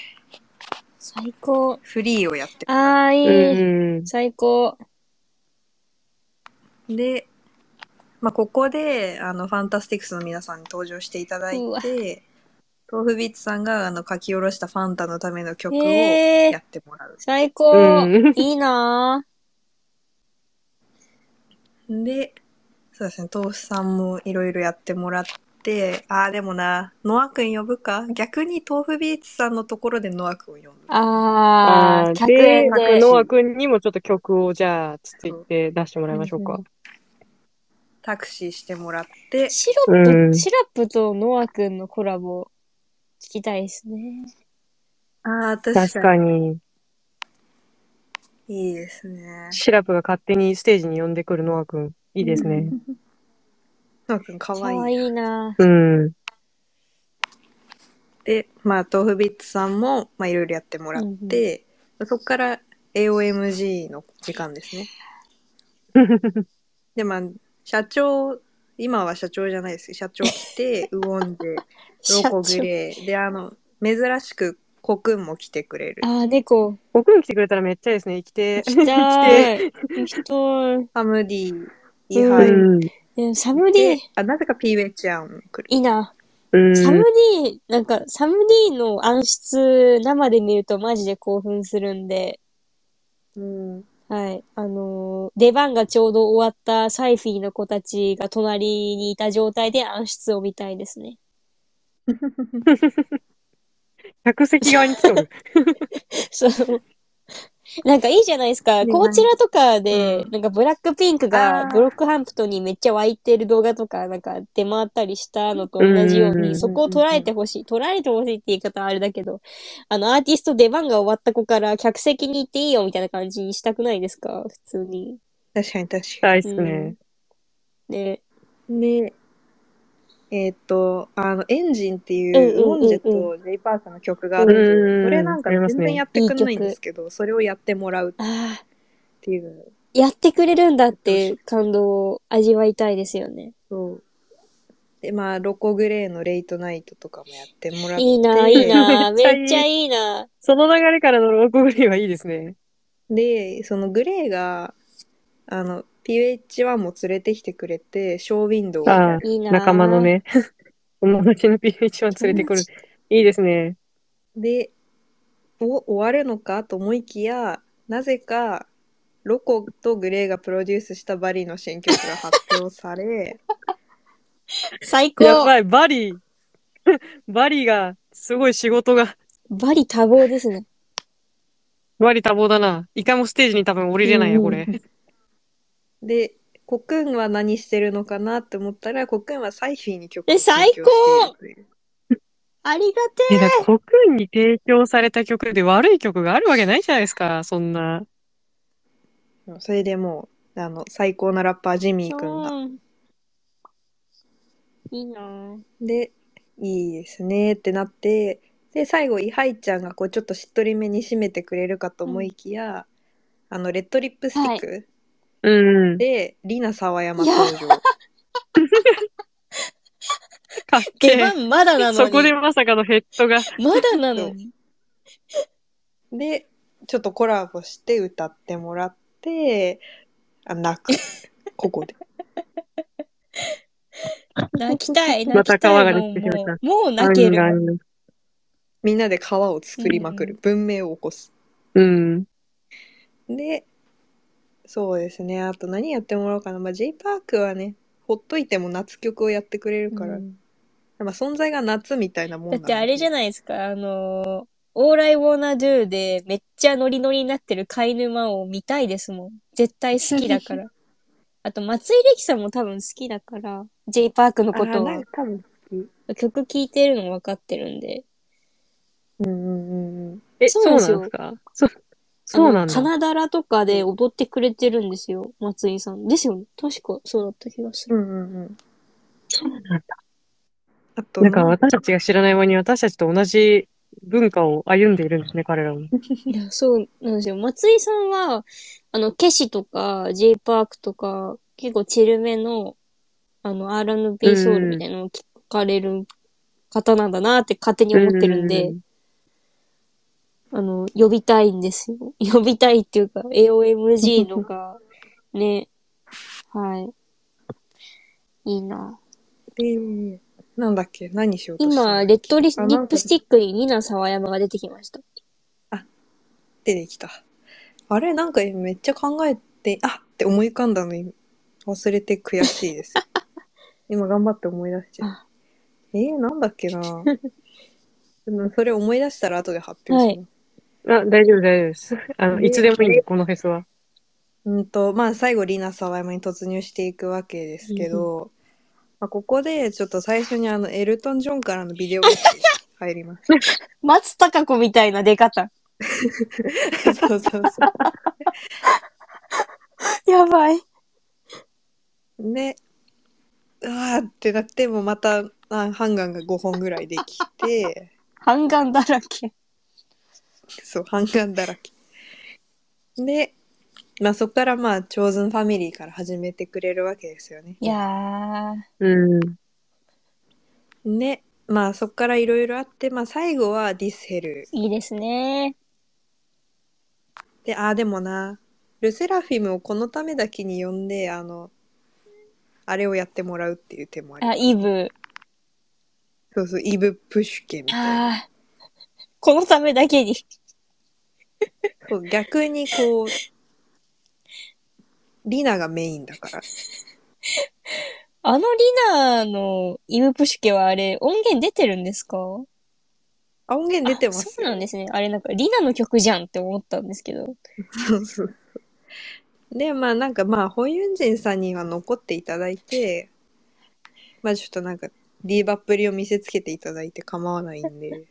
[SPEAKER 2] 最高。
[SPEAKER 1] フリーをやって
[SPEAKER 2] あー、
[SPEAKER 3] う
[SPEAKER 2] いい。
[SPEAKER 3] ん。
[SPEAKER 2] 最高。
[SPEAKER 1] で、まあ、ここで、あの、ファンタスティックスの皆さんに登場していただいう
[SPEAKER 2] わ
[SPEAKER 1] て、豆腐ビーツさんが、あの、書き下ろしたファンタのための曲を
[SPEAKER 2] えー
[SPEAKER 1] やってもらう。
[SPEAKER 2] 最
[SPEAKER 3] う
[SPEAKER 2] 高。
[SPEAKER 3] ん。
[SPEAKER 2] いいな
[SPEAKER 1] で、そうですね、豆腐さんもいろいろやってもらって、ああ、でもな、ノア君呼ぶか逆に豆腐ビーツさんのところでノア君を呼ぶ。
[SPEAKER 2] あ
[SPEAKER 3] あ
[SPEAKER 2] あ、
[SPEAKER 3] ー
[SPEAKER 2] 100円
[SPEAKER 1] で
[SPEAKER 2] で。
[SPEAKER 3] ノア君にもちょっと曲をじゃあ、つって言って出してもらいましょうか。
[SPEAKER 1] タクシーしてもらって、
[SPEAKER 2] シロップ、
[SPEAKER 3] うん
[SPEAKER 2] シロップとノア君のコラボ聞きたいですね。
[SPEAKER 1] ああ、確かに
[SPEAKER 3] 確かに、
[SPEAKER 1] いいですね。
[SPEAKER 3] シラプが勝手にステージに呼んでくるノア君、いいですね。
[SPEAKER 1] ノア君か
[SPEAKER 2] か
[SPEAKER 1] わいい
[SPEAKER 2] わいいな。
[SPEAKER 3] うん。
[SPEAKER 1] で、まあ、豆腐ビッツさんも、まあ、いろいろやってもらって、そこから AOMG の時間ですね。で、まあ、社長、今は社長じゃないです社長来て、ウォンジェ、ロコグ
[SPEAKER 2] 社
[SPEAKER 1] レー。で、あの、珍しくコクンも来てくれる
[SPEAKER 2] 長。ああ、猫。
[SPEAKER 3] 僕に来てくれたらめっちゃいいですね、生きて。
[SPEAKER 2] 行きたい。行きたい。
[SPEAKER 1] ハムディ、イ
[SPEAKER 2] う
[SPEAKER 1] ハイ。
[SPEAKER 3] うん。
[SPEAKER 2] でもサムディ
[SPEAKER 1] で、、あ、なぜかピーウェちゃんも来る。
[SPEAKER 2] いいな。
[SPEAKER 3] うん。
[SPEAKER 2] サムディ、なんか、サムディの暗室、生で見るとマジで興奮するんで、
[SPEAKER 1] うん。
[SPEAKER 2] はい。あのー出番がちょうど終わったサイフィーの子たちが隣にいた状態で暗室を見たいですね。
[SPEAKER 3] 客席側に来とる。
[SPEAKER 2] そう。なんかいいじゃないですか。
[SPEAKER 1] ね
[SPEAKER 2] こちらとかで、
[SPEAKER 1] うん
[SPEAKER 2] なんかブラックピンク
[SPEAKER 1] あ
[SPEAKER 2] が
[SPEAKER 1] ー
[SPEAKER 2] ブロックハンプトンにめっちゃ湧いてる動画とか、なんか出回ったりしたのと同じよう
[SPEAKER 3] うんうんうんうん
[SPEAKER 2] に、そこを捉えてほしい。捉えてほしいって言い方はあれだけど、あの、アーティスト出番が終わった子から客席に行っていいよみたいな感じにしたくないですか普通に。
[SPEAKER 1] 確かに確か
[SPEAKER 3] たいですね。
[SPEAKER 2] ね。
[SPEAKER 1] に。で、えっ、と、あの、エンジンってい
[SPEAKER 2] うんうんうん
[SPEAKER 1] う、ウ
[SPEAKER 2] うん
[SPEAKER 1] ォンジェとジェイパーさんの曲があっ
[SPEAKER 3] う
[SPEAKER 1] て、
[SPEAKER 3] ん
[SPEAKER 1] それなんか
[SPEAKER 3] あります
[SPEAKER 1] 全然
[SPEAKER 3] ね
[SPEAKER 1] やってくんないんですけど、それをやってもらうっ
[SPEAKER 2] ああ、
[SPEAKER 1] ていう。
[SPEAKER 2] やってくれるんだって感動を味わいたいですよね。
[SPEAKER 1] そう。で、まあ、ロコグレーのレイトナイトとかもやってもらって。
[SPEAKER 2] いいな、いいな、
[SPEAKER 3] めっちゃいい
[SPEAKER 2] めっちゃいいな。
[SPEAKER 3] その流れからのローコグリーはいいですね。
[SPEAKER 1] で、そのグレーが、あの、PH1 も連れてきてくれて、ショーウィンドウを
[SPEAKER 3] ああ、
[SPEAKER 2] いいな。
[SPEAKER 3] 仲間の。ね、 <laughs> 友達の PH1 連れてくる。いいですね。
[SPEAKER 1] で、お、終わるのかと思いきや、なぜか、ロコとグレーがプロデュースしたバリの新曲が発表さ
[SPEAKER 2] <laughs>
[SPEAKER 1] れ、
[SPEAKER 2] 最高。
[SPEAKER 3] やばい、バリー。バリーが、すごい仕事が、
[SPEAKER 2] バリ多忙ですね。
[SPEAKER 3] バリ多忙だな。一回もステージに多分降りれないや、これ。
[SPEAKER 1] で、コクーンは何してるのかなって思ったら、コクーンはサイフィーに曲を
[SPEAKER 2] え最高
[SPEAKER 1] 提供しているという
[SPEAKER 2] ありがて
[SPEAKER 3] え、だから国運に提供された曲で悪い曲があるわけないじゃないですか、そんな。
[SPEAKER 1] それでもう、あの、最高なラッパー、ジミ
[SPEAKER 2] え
[SPEAKER 1] ーくんが。
[SPEAKER 2] うんいいなぁ
[SPEAKER 1] で、いいですねってなって、で、最後、イハイちゃんがこう、ちょっとしっとりめに締めてくれるかと思いきや、あの、レッドリップスティック
[SPEAKER 3] うん。
[SPEAKER 1] で、リナ沢山登場。
[SPEAKER 2] <laughs>
[SPEAKER 3] かっ
[SPEAKER 2] 出
[SPEAKER 3] け
[SPEAKER 2] 番まだなの
[SPEAKER 3] え。
[SPEAKER 2] に。
[SPEAKER 3] そこでまさかのヘッドが。
[SPEAKER 2] まだなのに。
[SPEAKER 1] で、ちょっとコラボして歌ってもらって、あ、泣
[SPEAKER 2] <laughs>
[SPEAKER 1] く。ここで。
[SPEAKER 2] 泣きたい、泣
[SPEAKER 3] ま
[SPEAKER 2] きた
[SPEAKER 3] た
[SPEAKER 2] い。
[SPEAKER 3] 川が出
[SPEAKER 2] も
[SPEAKER 3] て
[SPEAKER 2] う
[SPEAKER 3] きました
[SPEAKER 2] もうもう泣け
[SPEAKER 3] ガ
[SPEAKER 2] る。
[SPEAKER 3] ンガン
[SPEAKER 1] みんなで川を作りまくる。文明を起こす。
[SPEAKER 3] うん。
[SPEAKER 1] で、そうですね。あと何やってもらおうかな。まあ、J パークはね、ほっといても夏曲をやってくれるから。
[SPEAKER 2] うん
[SPEAKER 1] まあ、存在が夏みたいなもん
[SPEAKER 2] だ
[SPEAKER 1] な
[SPEAKER 2] ってあれじゃ
[SPEAKER 1] ない
[SPEAKER 2] ないですか、あのー、All I Wanna Do でめっちゃノリノリになってる飼い沼を見たいですもん。絶対好きだから。
[SPEAKER 3] <laughs>
[SPEAKER 2] あと、松井玲樹さんも多分好きだから、J パークの
[SPEAKER 1] あ
[SPEAKER 2] こ
[SPEAKER 1] ー
[SPEAKER 2] と
[SPEAKER 1] な
[SPEAKER 2] は
[SPEAKER 1] ん。か多分
[SPEAKER 2] 曲聴いてるの分かってるんで。
[SPEAKER 1] うんうんうんうん。
[SPEAKER 3] え、
[SPEAKER 2] そ
[SPEAKER 3] そう
[SPEAKER 2] な
[SPEAKER 3] うなん
[SPEAKER 2] で
[SPEAKER 3] ん
[SPEAKER 2] よ
[SPEAKER 3] ですすかそそうなん
[SPEAKER 2] あの
[SPEAKER 3] だ。
[SPEAKER 2] カナダラとかで踊ってくれてるんですよ、松井さん。ですよね。確かそうだった気がす
[SPEAKER 1] う
[SPEAKER 2] る。
[SPEAKER 1] んうんうん。
[SPEAKER 3] そうなんだ。
[SPEAKER 1] あと、
[SPEAKER 3] なんか私たちが知らない間に私たちと同じ文化を歩んでいるんですね、彼らも。
[SPEAKER 2] いや、そうなんですよ。松井さんは、あの、ケシとか、J パークとか、結構チルめの、あの、
[SPEAKER 3] う
[SPEAKER 2] R&B
[SPEAKER 3] ん
[SPEAKER 2] ソウルみたいなのを聞かれる方なんだなって勝手に思ってるんで、あの、呼びたいんですよ。 <laughs> 呼びたいっていうか、AOMG
[SPEAKER 3] <laughs>
[SPEAKER 2] のが、ね、はい。いいな。
[SPEAKER 1] で、なんだっけ何しようとした
[SPEAKER 2] 今、
[SPEAKER 1] の
[SPEAKER 2] レッドリス
[SPEAKER 1] あ
[SPEAKER 2] リ
[SPEAKER 1] な
[SPEAKER 2] ッ
[SPEAKER 1] んか
[SPEAKER 2] プスティックにニナ沢山が出てきました。
[SPEAKER 1] 出てきた。あれなんかめっちゃ考えて、あって思い浮かんだの今。忘れて悔しいです。今頑張って思い出しちゃう。えー、なんだっけなでもそれ思い出したら後で発表します。
[SPEAKER 3] あ、大丈夫、大丈夫です。あの、いつでもいいんで、このフェスは。
[SPEAKER 1] うんと、まあ最後、リナサワイマに突入していくわけですけど、まあ、ここでちょっと最初にあの、エルトン・ジョンからのビデオメッセージ入り
[SPEAKER 2] <laughs>
[SPEAKER 1] ます。
[SPEAKER 2] 松たか子みたいな出方。
[SPEAKER 1] そうそうそう。
[SPEAKER 2] やばい。
[SPEAKER 1] ね。うわーってなってもまたあハンガンが5本ぐらいできて
[SPEAKER 2] 半眼だらけ。
[SPEAKER 1] そうハンガンだらけで、まあ、そこからまあチョーズンファミリーから始めてくれるわけですよね
[SPEAKER 2] いやー。
[SPEAKER 3] うん。
[SPEAKER 1] ねまあそこからいろいろあって、まあ、最後はディスヘル
[SPEAKER 2] いいですね。
[SPEAKER 1] でああでもなルセラフィムをこのためだけに呼んであのあれをやってもらうっていう手もあり
[SPEAKER 2] あ、イブ。
[SPEAKER 1] そうそうイブ・プシュケみたいな
[SPEAKER 2] あー。このためだけに。
[SPEAKER 1] そう逆にこうリナがメインだから
[SPEAKER 2] あのリナのイブプシュケはあれ、音源出てるんですか
[SPEAKER 1] あ音源出てます
[SPEAKER 2] あそうなんですね。あれなんかリナの曲じゃんって思ったんですけど。
[SPEAKER 1] そうそうそうでまあなんかまあホイユンジンさんには残っていただいてまあちょっとなんかディーバっぷりを見せつけていただいて構わないんで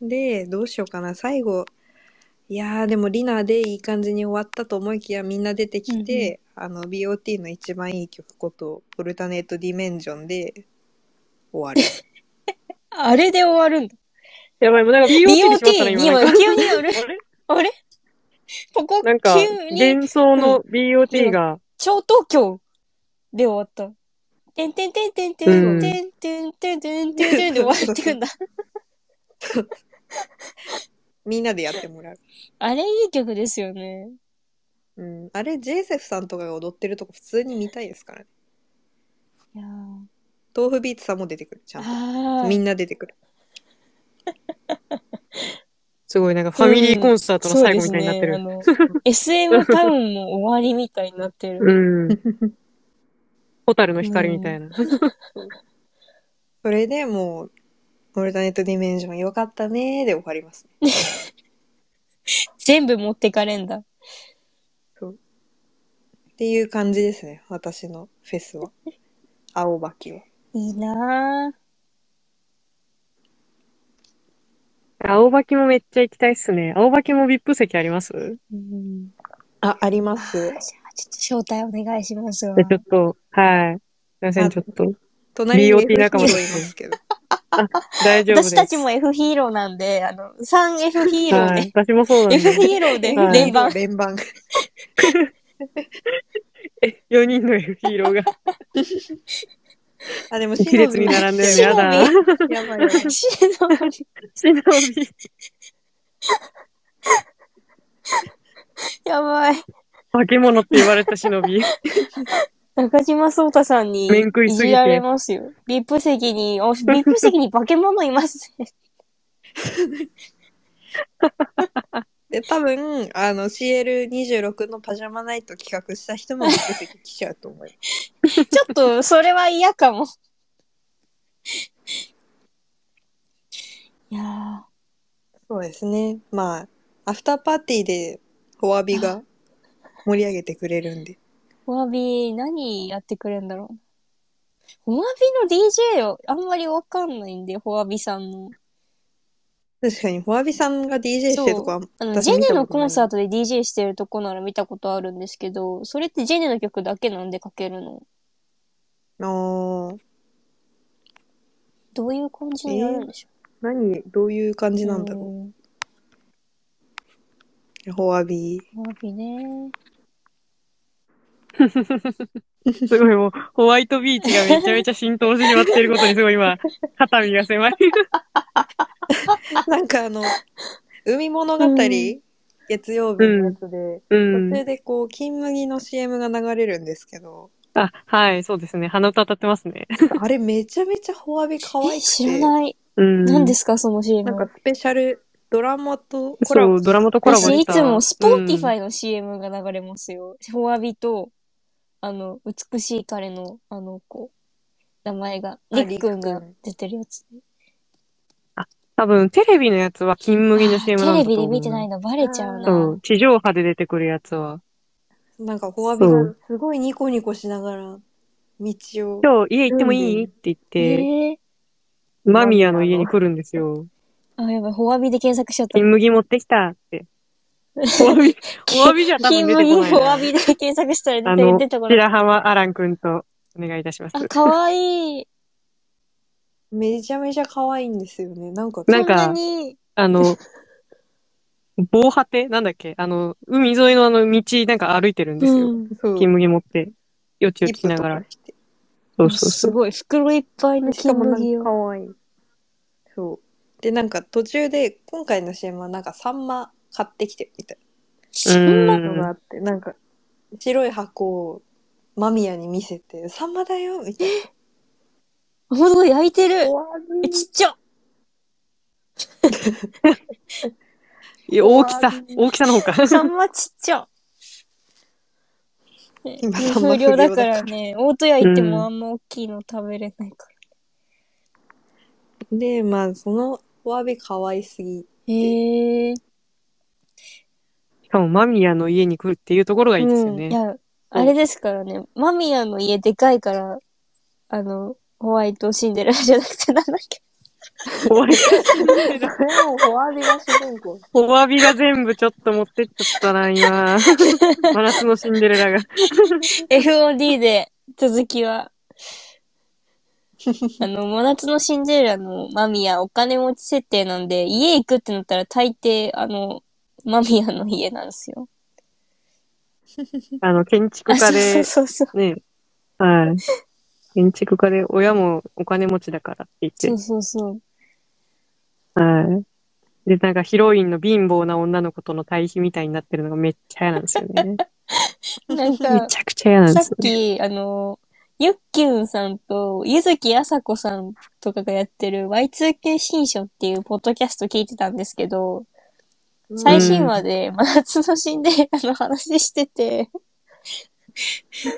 [SPEAKER 1] でどうしようかな最後いやーでもリナでいい感じに終わったと思いきやみんな出てきて、あの BOT の一番いい曲こと「オルタネート・ディメンジョン」で終わる。
[SPEAKER 2] あれで終わるんだ。
[SPEAKER 3] やばい、もうなんか BOT にしまったら
[SPEAKER 2] BOT に
[SPEAKER 3] 今
[SPEAKER 2] も
[SPEAKER 3] なんか。
[SPEAKER 2] 急による。
[SPEAKER 3] あれ
[SPEAKER 2] あれここ
[SPEAKER 3] なんか、
[SPEAKER 2] 急に
[SPEAKER 3] 幻想の BOT が、
[SPEAKER 2] 超東京で終わった。てんてんてんてんてんてんてんてんてんてんてんで終わってくんだ。
[SPEAKER 1] みんなでやってもらう。
[SPEAKER 2] あれいい曲ですよね。
[SPEAKER 1] うん、あれ、ジェイセフさんとかが踊ってるとこ普通に見たいですからね。
[SPEAKER 2] いやー
[SPEAKER 1] 豆腐ビーツさんも出てくる、ちゃんと。
[SPEAKER 2] あ
[SPEAKER 1] み
[SPEAKER 2] ー
[SPEAKER 1] んな出てく <laughs> る。
[SPEAKER 3] すごいなんかファミリーコンサートの
[SPEAKER 2] そう
[SPEAKER 3] 最
[SPEAKER 2] で
[SPEAKER 3] 後み
[SPEAKER 2] す
[SPEAKER 3] たいになって
[SPEAKER 2] ね。あ
[SPEAKER 3] る。
[SPEAKER 2] の、SM
[SPEAKER 3] <laughs>
[SPEAKER 2] タウンも終わりみたいになってる。
[SPEAKER 3] うん。ホタルの光みたいな。
[SPEAKER 1] それでもう、オルタネットディメンジョンよかったねーで終わりますね。
[SPEAKER 2] 全部持ってかれんだ。
[SPEAKER 1] っていう感じですね、私のフェス <laughs> は。青葉きは。
[SPEAKER 2] いいなぁ。
[SPEAKER 3] 青葉木もめっちゃ行きたいっすね。青葉木も VIP 席あります
[SPEAKER 2] うん
[SPEAKER 1] あ、あり
[SPEAKER 2] あ
[SPEAKER 1] ま
[SPEAKER 2] ーじ
[SPEAKER 1] す
[SPEAKER 2] ゃあ。ちょっと招待お願いしますわ
[SPEAKER 3] で。ちょっと、はい。すいません、ちょっと。
[SPEAKER 1] 隣に
[SPEAKER 3] BOT 仲間
[SPEAKER 1] FP
[SPEAKER 3] です
[SPEAKER 1] もいますけど。
[SPEAKER 3] 大丈夫です。
[SPEAKER 2] 私たちも F ヒーローなんで、あの、3F ヒーロー
[SPEAKER 3] はい。
[SPEAKER 2] で、
[SPEAKER 3] 私もそうなん
[SPEAKER 2] F
[SPEAKER 3] で。
[SPEAKER 2] ヒーローで
[SPEAKER 3] はい
[SPEAKER 2] 連番。
[SPEAKER 1] <laughs> 連番。
[SPEAKER 3] え、4人の F ヒーローが
[SPEAKER 1] あ、でも、
[SPEAKER 3] 一列に
[SPEAKER 1] や
[SPEAKER 3] 並んでるの
[SPEAKER 2] シノ
[SPEAKER 3] や
[SPEAKER 2] ビ
[SPEAKER 3] だ。
[SPEAKER 1] ばいやばい。
[SPEAKER 2] シノビ
[SPEAKER 3] 忍び。
[SPEAKER 2] やばい。
[SPEAKER 3] 化け物って言われた忍び。
[SPEAKER 2] 中島聡太さんに
[SPEAKER 3] 面食いすぎて
[SPEAKER 2] いじられますよ。ビップ席に、おビップ席に化け物いますね。
[SPEAKER 1] で、多分、あの、CL26 のパジャマナイト企画した人も出てきちゃうと思います。
[SPEAKER 2] ちょっと、それは嫌かも。いやー
[SPEAKER 1] そうですね。まあ、アフターパーティーでお詫びが <laughs> 盛り上げてくれるんで。
[SPEAKER 2] お詫び、何やってくれるんだろう。お詫びの DJ をあんまりわかんないんで、お詫びさんの。
[SPEAKER 1] 確かに、フォアビさんが DJ してるとこは、
[SPEAKER 2] あの、
[SPEAKER 1] 私
[SPEAKER 2] ジェ
[SPEAKER 1] 見
[SPEAKER 2] ネ
[SPEAKER 1] たことない
[SPEAKER 2] のコンサートで DJ してるとこなら見たことあるんですけど、それってジェネの曲だけなんでかけるの
[SPEAKER 1] あー
[SPEAKER 2] どういう感じになるんでしょ
[SPEAKER 1] 何、どういう感
[SPEAKER 2] う、
[SPEAKER 1] じなんだろ
[SPEAKER 2] ろ
[SPEAKER 1] う。フォアビ
[SPEAKER 2] う。お詫びね。
[SPEAKER 3] すごいもう、ホワイトビーチがめちゃめちゃ浸透してしまってることにすごい <laughs> 今、肩身が狭い。
[SPEAKER 1] <laughs> なんかあの、海物語、
[SPEAKER 2] うん
[SPEAKER 1] 月曜日のやつで、
[SPEAKER 3] う
[SPEAKER 1] 途
[SPEAKER 3] ん
[SPEAKER 1] 中。でこう、金麦の CM が流れるんですけど、
[SPEAKER 3] あ、はい、そうですね。鼻歌歌ってますね。
[SPEAKER 1] あれめちゃめちゃフォアビ可愛
[SPEAKER 2] え、
[SPEAKER 1] く
[SPEAKER 2] 知ら
[SPEAKER 1] て、
[SPEAKER 2] ない。
[SPEAKER 3] うん。
[SPEAKER 2] 何ですか、その CM。
[SPEAKER 1] なんかスペシャルドラマとコラ
[SPEAKER 3] そ
[SPEAKER 1] ボ
[SPEAKER 3] う、ドラマとコラボ
[SPEAKER 2] 私
[SPEAKER 3] し
[SPEAKER 2] い
[SPEAKER 3] た。
[SPEAKER 2] つもスポーティフ
[SPEAKER 3] イ。
[SPEAKER 2] ァイの CM が流れますよ。フォアビと、あの、美しい彼の、あの子、名前が、
[SPEAKER 1] あ
[SPEAKER 2] りっくん
[SPEAKER 1] りっ
[SPEAKER 2] が
[SPEAKER 1] くん
[SPEAKER 2] 出てるやつ。
[SPEAKER 3] 多分、テレビのやつは金麦の
[SPEAKER 2] あー
[SPEAKER 3] CM
[SPEAKER 2] テ
[SPEAKER 3] なんだ
[SPEAKER 2] レ
[SPEAKER 3] と思
[SPEAKER 2] ビ
[SPEAKER 3] う
[SPEAKER 2] で見てないのバレちゃう
[SPEAKER 3] そ
[SPEAKER 2] な
[SPEAKER 3] う、。地上波で出てくるやつは。
[SPEAKER 1] なんかフォアビ
[SPEAKER 3] そ
[SPEAKER 1] が
[SPEAKER 3] う
[SPEAKER 1] すごいニコニコしながら道を
[SPEAKER 3] 今日家行ってもいいって言っ
[SPEAKER 2] え
[SPEAKER 3] て、
[SPEAKER 2] ー、
[SPEAKER 3] マミヤの家に来るんですよ。
[SPEAKER 2] あ、やばい、フォアビで検索しちゃった
[SPEAKER 3] 金。麦持ってきた
[SPEAKER 2] <laughs>
[SPEAKER 3] って。お詫び、お詫びじゃ多分
[SPEAKER 2] 金
[SPEAKER 3] 出て
[SPEAKER 2] 麦
[SPEAKER 3] こない
[SPEAKER 2] フォア
[SPEAKER 3] な。
[SPEAKER 2] ビで検索したら
[SPEAKER 3] あ
[SPEAKER 2] 出て
[SPEAKER 3] の、
[SPEAKER 2] 出てこない。
[SPEAKER 3] 白浜アランくんとお願いいたします。
[SPEAKER 2] あ、かわいい。
[SPEAKER 1] めちゃめちゃ可愛いんですよね。なんか、
[SPEAKER 3] なんか
[SPEAKER 2] そんなに、<laughs>
[SPEAKER 3] あの、防波堤なんだっけあの、海沿いのあの道なんか歩いてるんですよ。
[SPEAKER 2] ん。
[SPEAKER 1] そう
[SPEAKER 3] 金麦持って、よちよちしなが
[SPEAKER 1] リ
[SPEAKER 3] ら
[SPEAKER 1] ッ。プとかして
[SPEAKER 3] そうそう
[SPEAKER 2] す
[SPEAKER 3] そう。
[SPEAKER 2] ごい、袋いっぱいの
[SPEAKER 1] しか
[SPEAKER 2] 金
[SPEAKER 1] もなん
[SPEAKER 2] 麦
[SPEAKER 1] か
[SPEAKER 2] を。
[SPEAKER 1] 可愛い。そう。で、なんか途中で、今回の CM はなんかサンマ買ってきてみたい
[SPEAKER 2] そ
[SPEAKER 3] うん
[SPEAKER 2] な、
[SPEAKER 1] なのがあって、なんか白い箱をマミヤに見せて、サンマだよみたい
[SPEAKER 2] ほんとだ焼いて
[SPEAKER 1] な。
[SPEAKER 2] る。え、ちっちゃ。
[SPEAKER 3] いや大きさ、大きさの方
[SPEAKER 2] <laughs>
[SPEAKER 3] か。
[SPEAKER 2] サンマちっ <laughs> ちゃ。ね
[SPEAKER 1] 今サンマ
[SPEAKER 2] 風量だからね、大戸屋行ってもあんま大きいの食べれないか
[SPEAKER 1] で、まあ、そのお詫び可愛すぎ。
[SPEAKER 2] ら。へえ。
[SPEAKER 3] しかもマミヤの家に来るっていうところがいいですよ
[SPEAKER 2] い
[SPEAKER 3] ね。
[SPEAKER 2] や、あれですからね、マミヤの家でかいから、あの、ホワイトシンデレラじゃなくてなんだっ <laughs> け。
[SPEAKER 3] お詫び
[SPEAKER 1] でも、お詫びが主人公。
[SPEAKER 3] お詫びが全部ちょっと持ってっちゃった
[SPEAKER 2] <laughs>
[SPEAKER 3] な、今。真夏のシンデレラが。
[SPEAKER 2] FOD で続きは。あの、真夏のシンデレラのマミヤお金持ち設定なんで、家行くってなったら大抵、あの、マミヤの家なんですよ。
[SPEAKER 3] あの、建築
[SPEAKER 2] あ、そ
[SPEAKER 3] 家
[SPEAKER 2] うそ
[SPEAKER 3] で
[SPEAKER 2] う、そうそう。
[SPEAKER 3] ね。はい。建築家で、親もお金持ちだからって言って
[SPEAKER 2] そう。そうそう。
[SPEAKER 3] はい。で、なんかヒロインの貧乏な女の子との対比みたいになってるのがめっちゃ嫌なんですよ
[SPEAKER 2] <laughs>
[SPEAKER 3] ね。 <laughs>
[SPEAKER 2] なん
[SPEAKER 3] め
[SPEAKER 2] か、
[SPEAKER 3] ちゃくちゃ嫌なん
[SPEAKER 2] さ
[SPEAKER 3] で
[SPEAKER 2] っ
[SPEAKER 3] すよね。
[SPEAKER 2] き、あの、ゆっきゅんさんと、ゆずきあさこさんとかがやってる Y2K 新書っていうポッドキャスト聞いてたんですけど、最新話で真夏のシンデレラの話してて、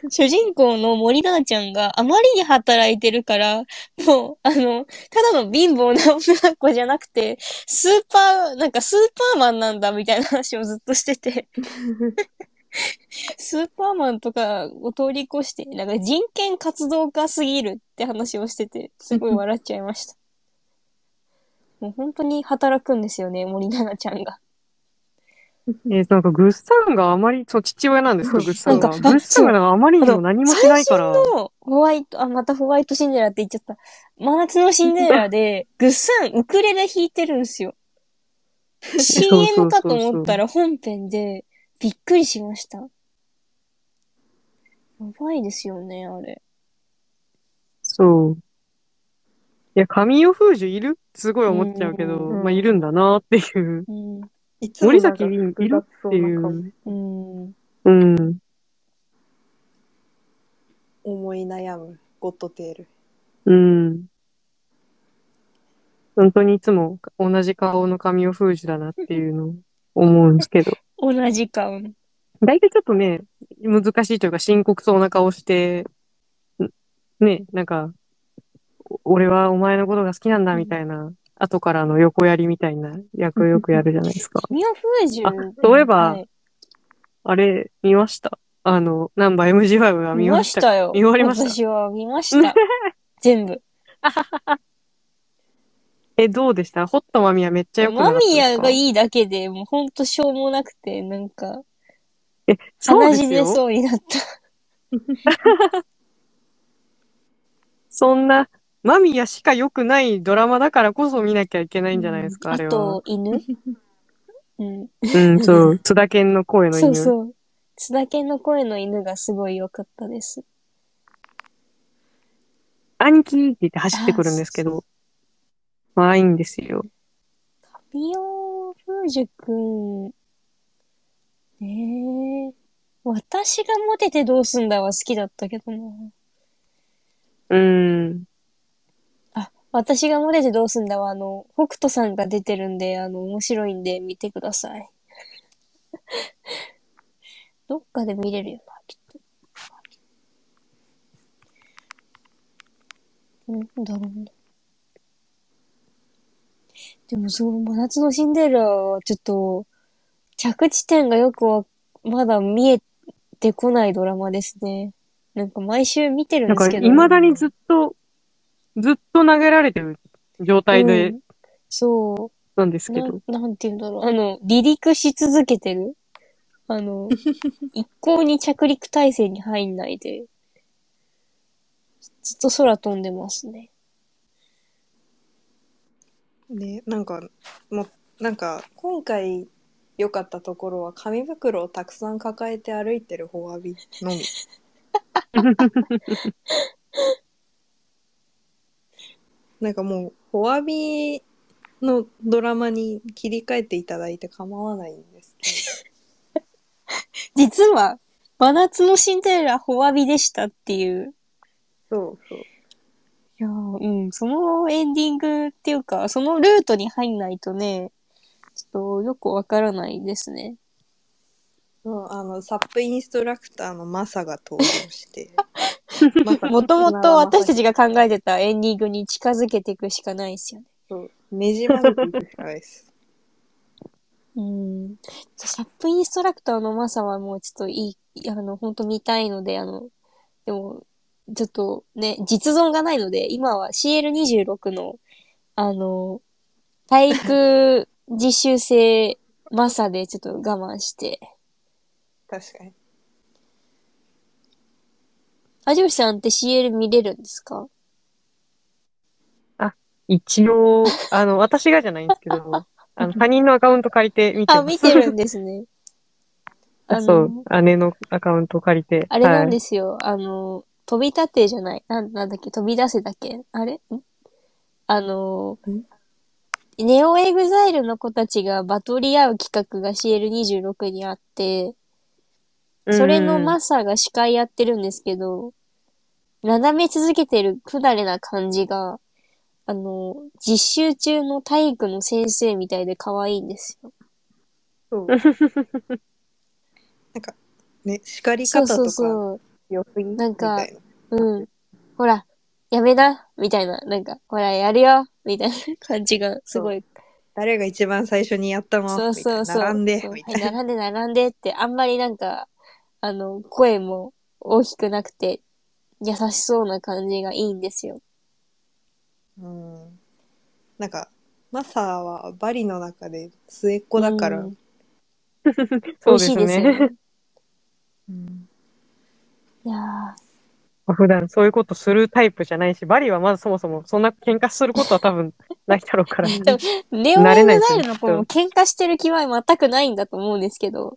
[SPEAKER 2] 主人公の森奈々ちゃんがあまりに働いてるから、もう、あの、ただの貧乏な女の子じゃなくて、スーパー、なんかスーパーマンなんだみたいな話をずっとしてて、スーパーマンとかを通り越して、なんか人権活動家すぎるって話をしてて、すごい笑っちゃいま
[SPEAKER 3] <laughs>
[SPEAKER 2] した。もう本当に働くんですよね、森奈々ちゃんが。
[SPEAKER 3] えーなんかグッサンがあまり、そう、父親なんですけど、グッサンが。
[SPEAKER 2] なん
[SPEAKER 3] グ
[SPEAKER 2] かあ
[SPEAKER 3] ッサンがあまりにも何もしないから。
[SPEAKER 2] のホワイト、あ、またホワイトシンデレラって言っちゃった。真夏のシンデレラ
[SPEAKER 3] <laughs>
[SPEAKER 2] で、ぐっさんウクレレ弾いてるんですよ。
[SPEAKER 3] そうそ
[SPEAKER 2] CM
[SPEAKER 3] うそ
[SPEAKER 2] か
[SPEAKER 3] う
[SPEAKER 2] と思ったら本編で、びっくりしました。やばいですよね、あれ。
[SPEAKER 3] そう。いや、神尾楓樹いるすごい思っちゃうけど、
[SPEAKER 1] うん
[SPEAKER 3] まあ、いるんだなっていう。
[SPEAKER 2] うん。
[SPEAKER 1] いつもな
[SPEAKER 3] 森
[SPEAKER 1] んか
[SPEAKER 3] 崎いるってい
[SPEAKER 1] 複雑そうな顔
[SPEAKER 3] う。
[SPEAKER 2] うん。
[SPEAKER 3] うん。
[SPEAKER 1] 思い悩む、ゴッドテール。
[SPEAKER 3] うん。本当にいつも同じ顔の神尾楓樹だなっていうのを思うんですけど。
[SPEAKER 2] 同じ顔。
[SPEAKER 3] 大体ちょっとね、難しいというか深刻そうな顔して、んね、なんか、お俺はお前のことが好きなんだみたいな、後からの横やりみたいな役をよくやるじゃないですか。
[SPEAKER 2] ミオフージュ
[SPEAKER 3] あ。そういえば
[SPEAKER 2] はい
[SPEAKER 3] あれ、見ましたあの、ナンバー MG5 は見
[SPEAKER 2] 見
[SPEAKER 3] ま
[SPEAKER 2] ま
[SPEAKER 3] し。
[SPEAKER 2] したたよ。
[SPEAKER 3] 見終わりました
[SPEAKER 2] 私は見ました。全部。
[SPEAKER 3] え、どうでしたホットマミヤめっちゃ良くなか
[SPEAKER 2] マ
[SPEAKER 3] ったですか
[SPEAKER 2] ミヤがいいだけで、もうほんとしょうもなくて、なんか、
[SPEAKER 3] そう
[SPEAKER 2] 鼻
[SPEAKER 3] で
[SPEAKER 2] 血
[SPEAKER 3] す
[SPEAKER 2] 出
[SPEAKER 3] よ。
[SPEAKER 2] そうになった。
[SPEAKER 3] そんな、マミヤしか良くないドラマだからこそ見なきゃいけないんじゃないですか、あれ
[SPEAKER 2] あ
[SPEAKER 3] は
[SPEAKER 2] と。、
[SPEAKER 3] <laughs>
[SPEAKER 2] 犬うん。
[SPEAKER 3] うん、そう。津田健の声の
[SPEAKER 2] そ
[SPEAKER 3] 犬。
[SPEAKER 2] うそう。津田健の声の犬がすごい良かったです。
[SPEAKER 3] 兄貴って言って走ってくるんですけど、まあいいんですよ。
[SPEAKER 2] ミオフージュくん。ねえ。私がモテてどうすんだは好きだったけどな。
[SPEAKER 3] うん。
[SPEAKER 2] 私がモテてどうすんだは、あの、北斗さんが出てるんで、あの、面白いんで見てください。 <laughs> どっかで見れるよな、きっと。なんだろうな。でも、そう、真夏のシンデレラは、ちょっと、着地点がよくわ、まだ見えてこないドラマですね。なんか毎週見てる
[SPEAKER 3] なん
[SPEAKER 2] んで
[SPEAKER 3] か、
[SPEAKER 2] すけど。
[SPEAKER 3] 未だにずっと、ずっと投げられてる状態で、
[SPEAKER 2] うんそう。
[SPEAKER 3] なんですけ
[SPEAKER 2] な
[SPEAKER 3] ど。
[SPEAKER 2] なんて言うんだろう。あの、離陸し続けてる。あ
[SPEAKER 3] <laughs>
[SPEAKER 2] の、一向に着陸態勢に入んないで、ずっと空飛んでますね。
[SPEAKER 1] ね、なんか、もう、なんか、今回良かったところは、紙袋をたくさん抱えて歩いてる方アビの
[SPEAKER 2] <laughs>
[SPEAKER 1] み。なんかもう、フォアビのドラマに切り替えていただいて構わないんですけ
[SPEAKER 2] 実は、真夏のシンデレラ、ホワビでしたっていう。 <laughs>
[SPEAKER 1] ど。そうそう。
[SPEAKER 2] いやーうん、そのエンディングっていうか、そのルートに入んないとね、ちょっとよくわからないですね。
[SPEAKER 1] そうあの、サップインストラクターのマサが登場
[SPEAKER 2] <laughs>
[SPEAKER 1] して。
[SPEAKER 2] もともと私たちが考えてたエンディングに近づけていくしかないですよね
[SPEAKER 1] と、ねじ曲げていくしかないです。
[SPEAKER 2] うん。サップインストラクターのマサはもうちょっといい、あの、本当見たいので、あの、でも、ちょっとね、実存がないので、今は CL26 の、あの、体育実習生マサでちょっと我慢して。
[SPEAKER 1] 確かに。
[SPEAKER 2] あじゅうさんって CL 見れるんですか
[SPEAKER 3] 一応、あの、私がじゃないんです
[SPEAKER 2] <laughs>
[SPEAKER 3] けど、あの、他人のアカウント借りて見てます。
[SPEAKER 2] あ、見て
[SPEAKER 3] <laughs>
[SPEAKER 2] るんですね。あ
[SPEAKER 3] そう
[SPEAKER 2] の、、
[SPEAKER 3] 姉のアカウント借りて。
[SPEAKER 2] あれなん
[SPEAKER 3] はい
[SPEAKER 2] ですよ。あの、飛び立てじゃない。なん、なんだっけ飛び出せだっけあれんあの、ネオエグザイルの子たちがバトり合う企画が CL26 にあって、それのマサが司会やってるんですけど、なだめ続けてる不慣れな感じが、あの、実習中の体育の先生みたいで可愛いんですよ。
[SPEAKER 1] <laughs> そう。なんか、ね、叱り
[SPEAKER 2] そう
[SPEAKER 1] 方
[SPEAKER 2] そ
[SPEAKER 1] と
[SPEAKER 2] う
[SPEAKER 1] か
[SPEAKER 2] そう。
[SPEAKER 1] 良すぎみた
[SPEAKER 2] ないん
[SPEAKER 1] な。
[SPEAKER 2] かうん。ほら、やめな、みたいな、なんか、ほら、やるよ、みたいな感じが、すごい。
[SPEAKER 1] 誰が一番最初にやったの
[SPEAKER 2] そうそうそ
[SPEAKER 1] みたいな
[SPEAKER 2] う。
[SPEAKER 1] 並んで
[SPEAKER 2] そう、
[SPEAKER 1] みた
[SPEAKER 2] はい
[SPEAKER 1] いな。
[SPEAKER 2] 並んで、並んでって、あんまりなんか、あの、声も大きくなくて、優しそうな感じがいいんですよ。
[SPEAKER 1] うん。なんか、マサはバリの中で末っ子だから、
[SPEAKER 2] うん
[SPEAKER 3] そう
[SPEAKER 2] 美味
[SPEAKER 3] で
[SPEAKER 2] し
[SPEAKER 3] す
[SPEAKER 2] いですよ
[SPEAKER 3] ね
[SPEAKER 2] ね。。いや
[SPEAKER 3] 普段そういうことするタイプじゃないし、バリはまずそもそもそんな喧嘩することは多分ないだろうから。
[SPEAKER 2] <laughs> でもー、ネオ
[SPEAKER 3] 慣
[SPEAKER 2] エ
[SPEAKER 3] れ
[SPEAKER 2] グ
[SPEAKER 3] な
[SPEAKER 2] ザ
[SPEAKER 3] いですよ
[SPEAKER 2] イルの子も喧嘩してる気は全くないんだと思うんですけど、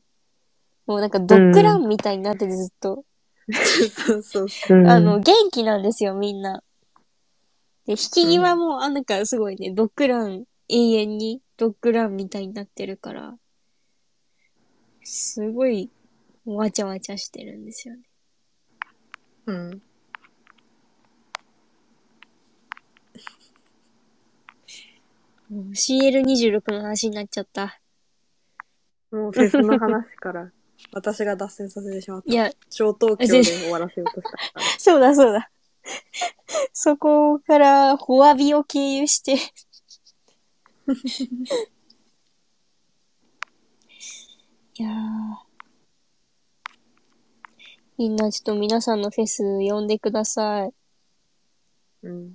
[SPEAKER 2] もうなんかドッグランみたいになっててずっと。
[SPEAKER 1] そうそうそ
[SPEAKER 3] うん
[SPEAKER 2] あの、、元気なんですよ、みんな。で、引き際も、あ、なんかすごいね、ドッグラン、永遠にドッグランみたいになってるから、すごい、わちゃわちゃしてるんですよね。
[SPEAKER 1] う。うん。
[SPEAKER 2] もう CL26 の話になっちゃった。
[SPEAKER 1] もうフェスの話から、 <laughs> 私が脱線させてしまった。
[SPEAKER 2] いや、
[SPEAKER 1] 超東京で終わらせようとしたから。
[SPEAKER 2] <laughs> そうだそうだ。そこから、ホワビを経由して。 <laughs> いやー。みんなちょっと皆さんのフェス呼んでください。
[SPEAKER 1] うん。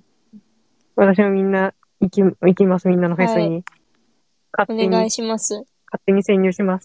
[SPEAKER 3] 私もみんな行き、行きます、みんなのフェスに。勝手
[SPEAKER 2] お
[SPEAKER 3] に、
[SPEAKER 2] 願い
[SPEAKER 3] 勝
[SPEAKER 2] します。
[SPEAKER 3] 手に潜入します。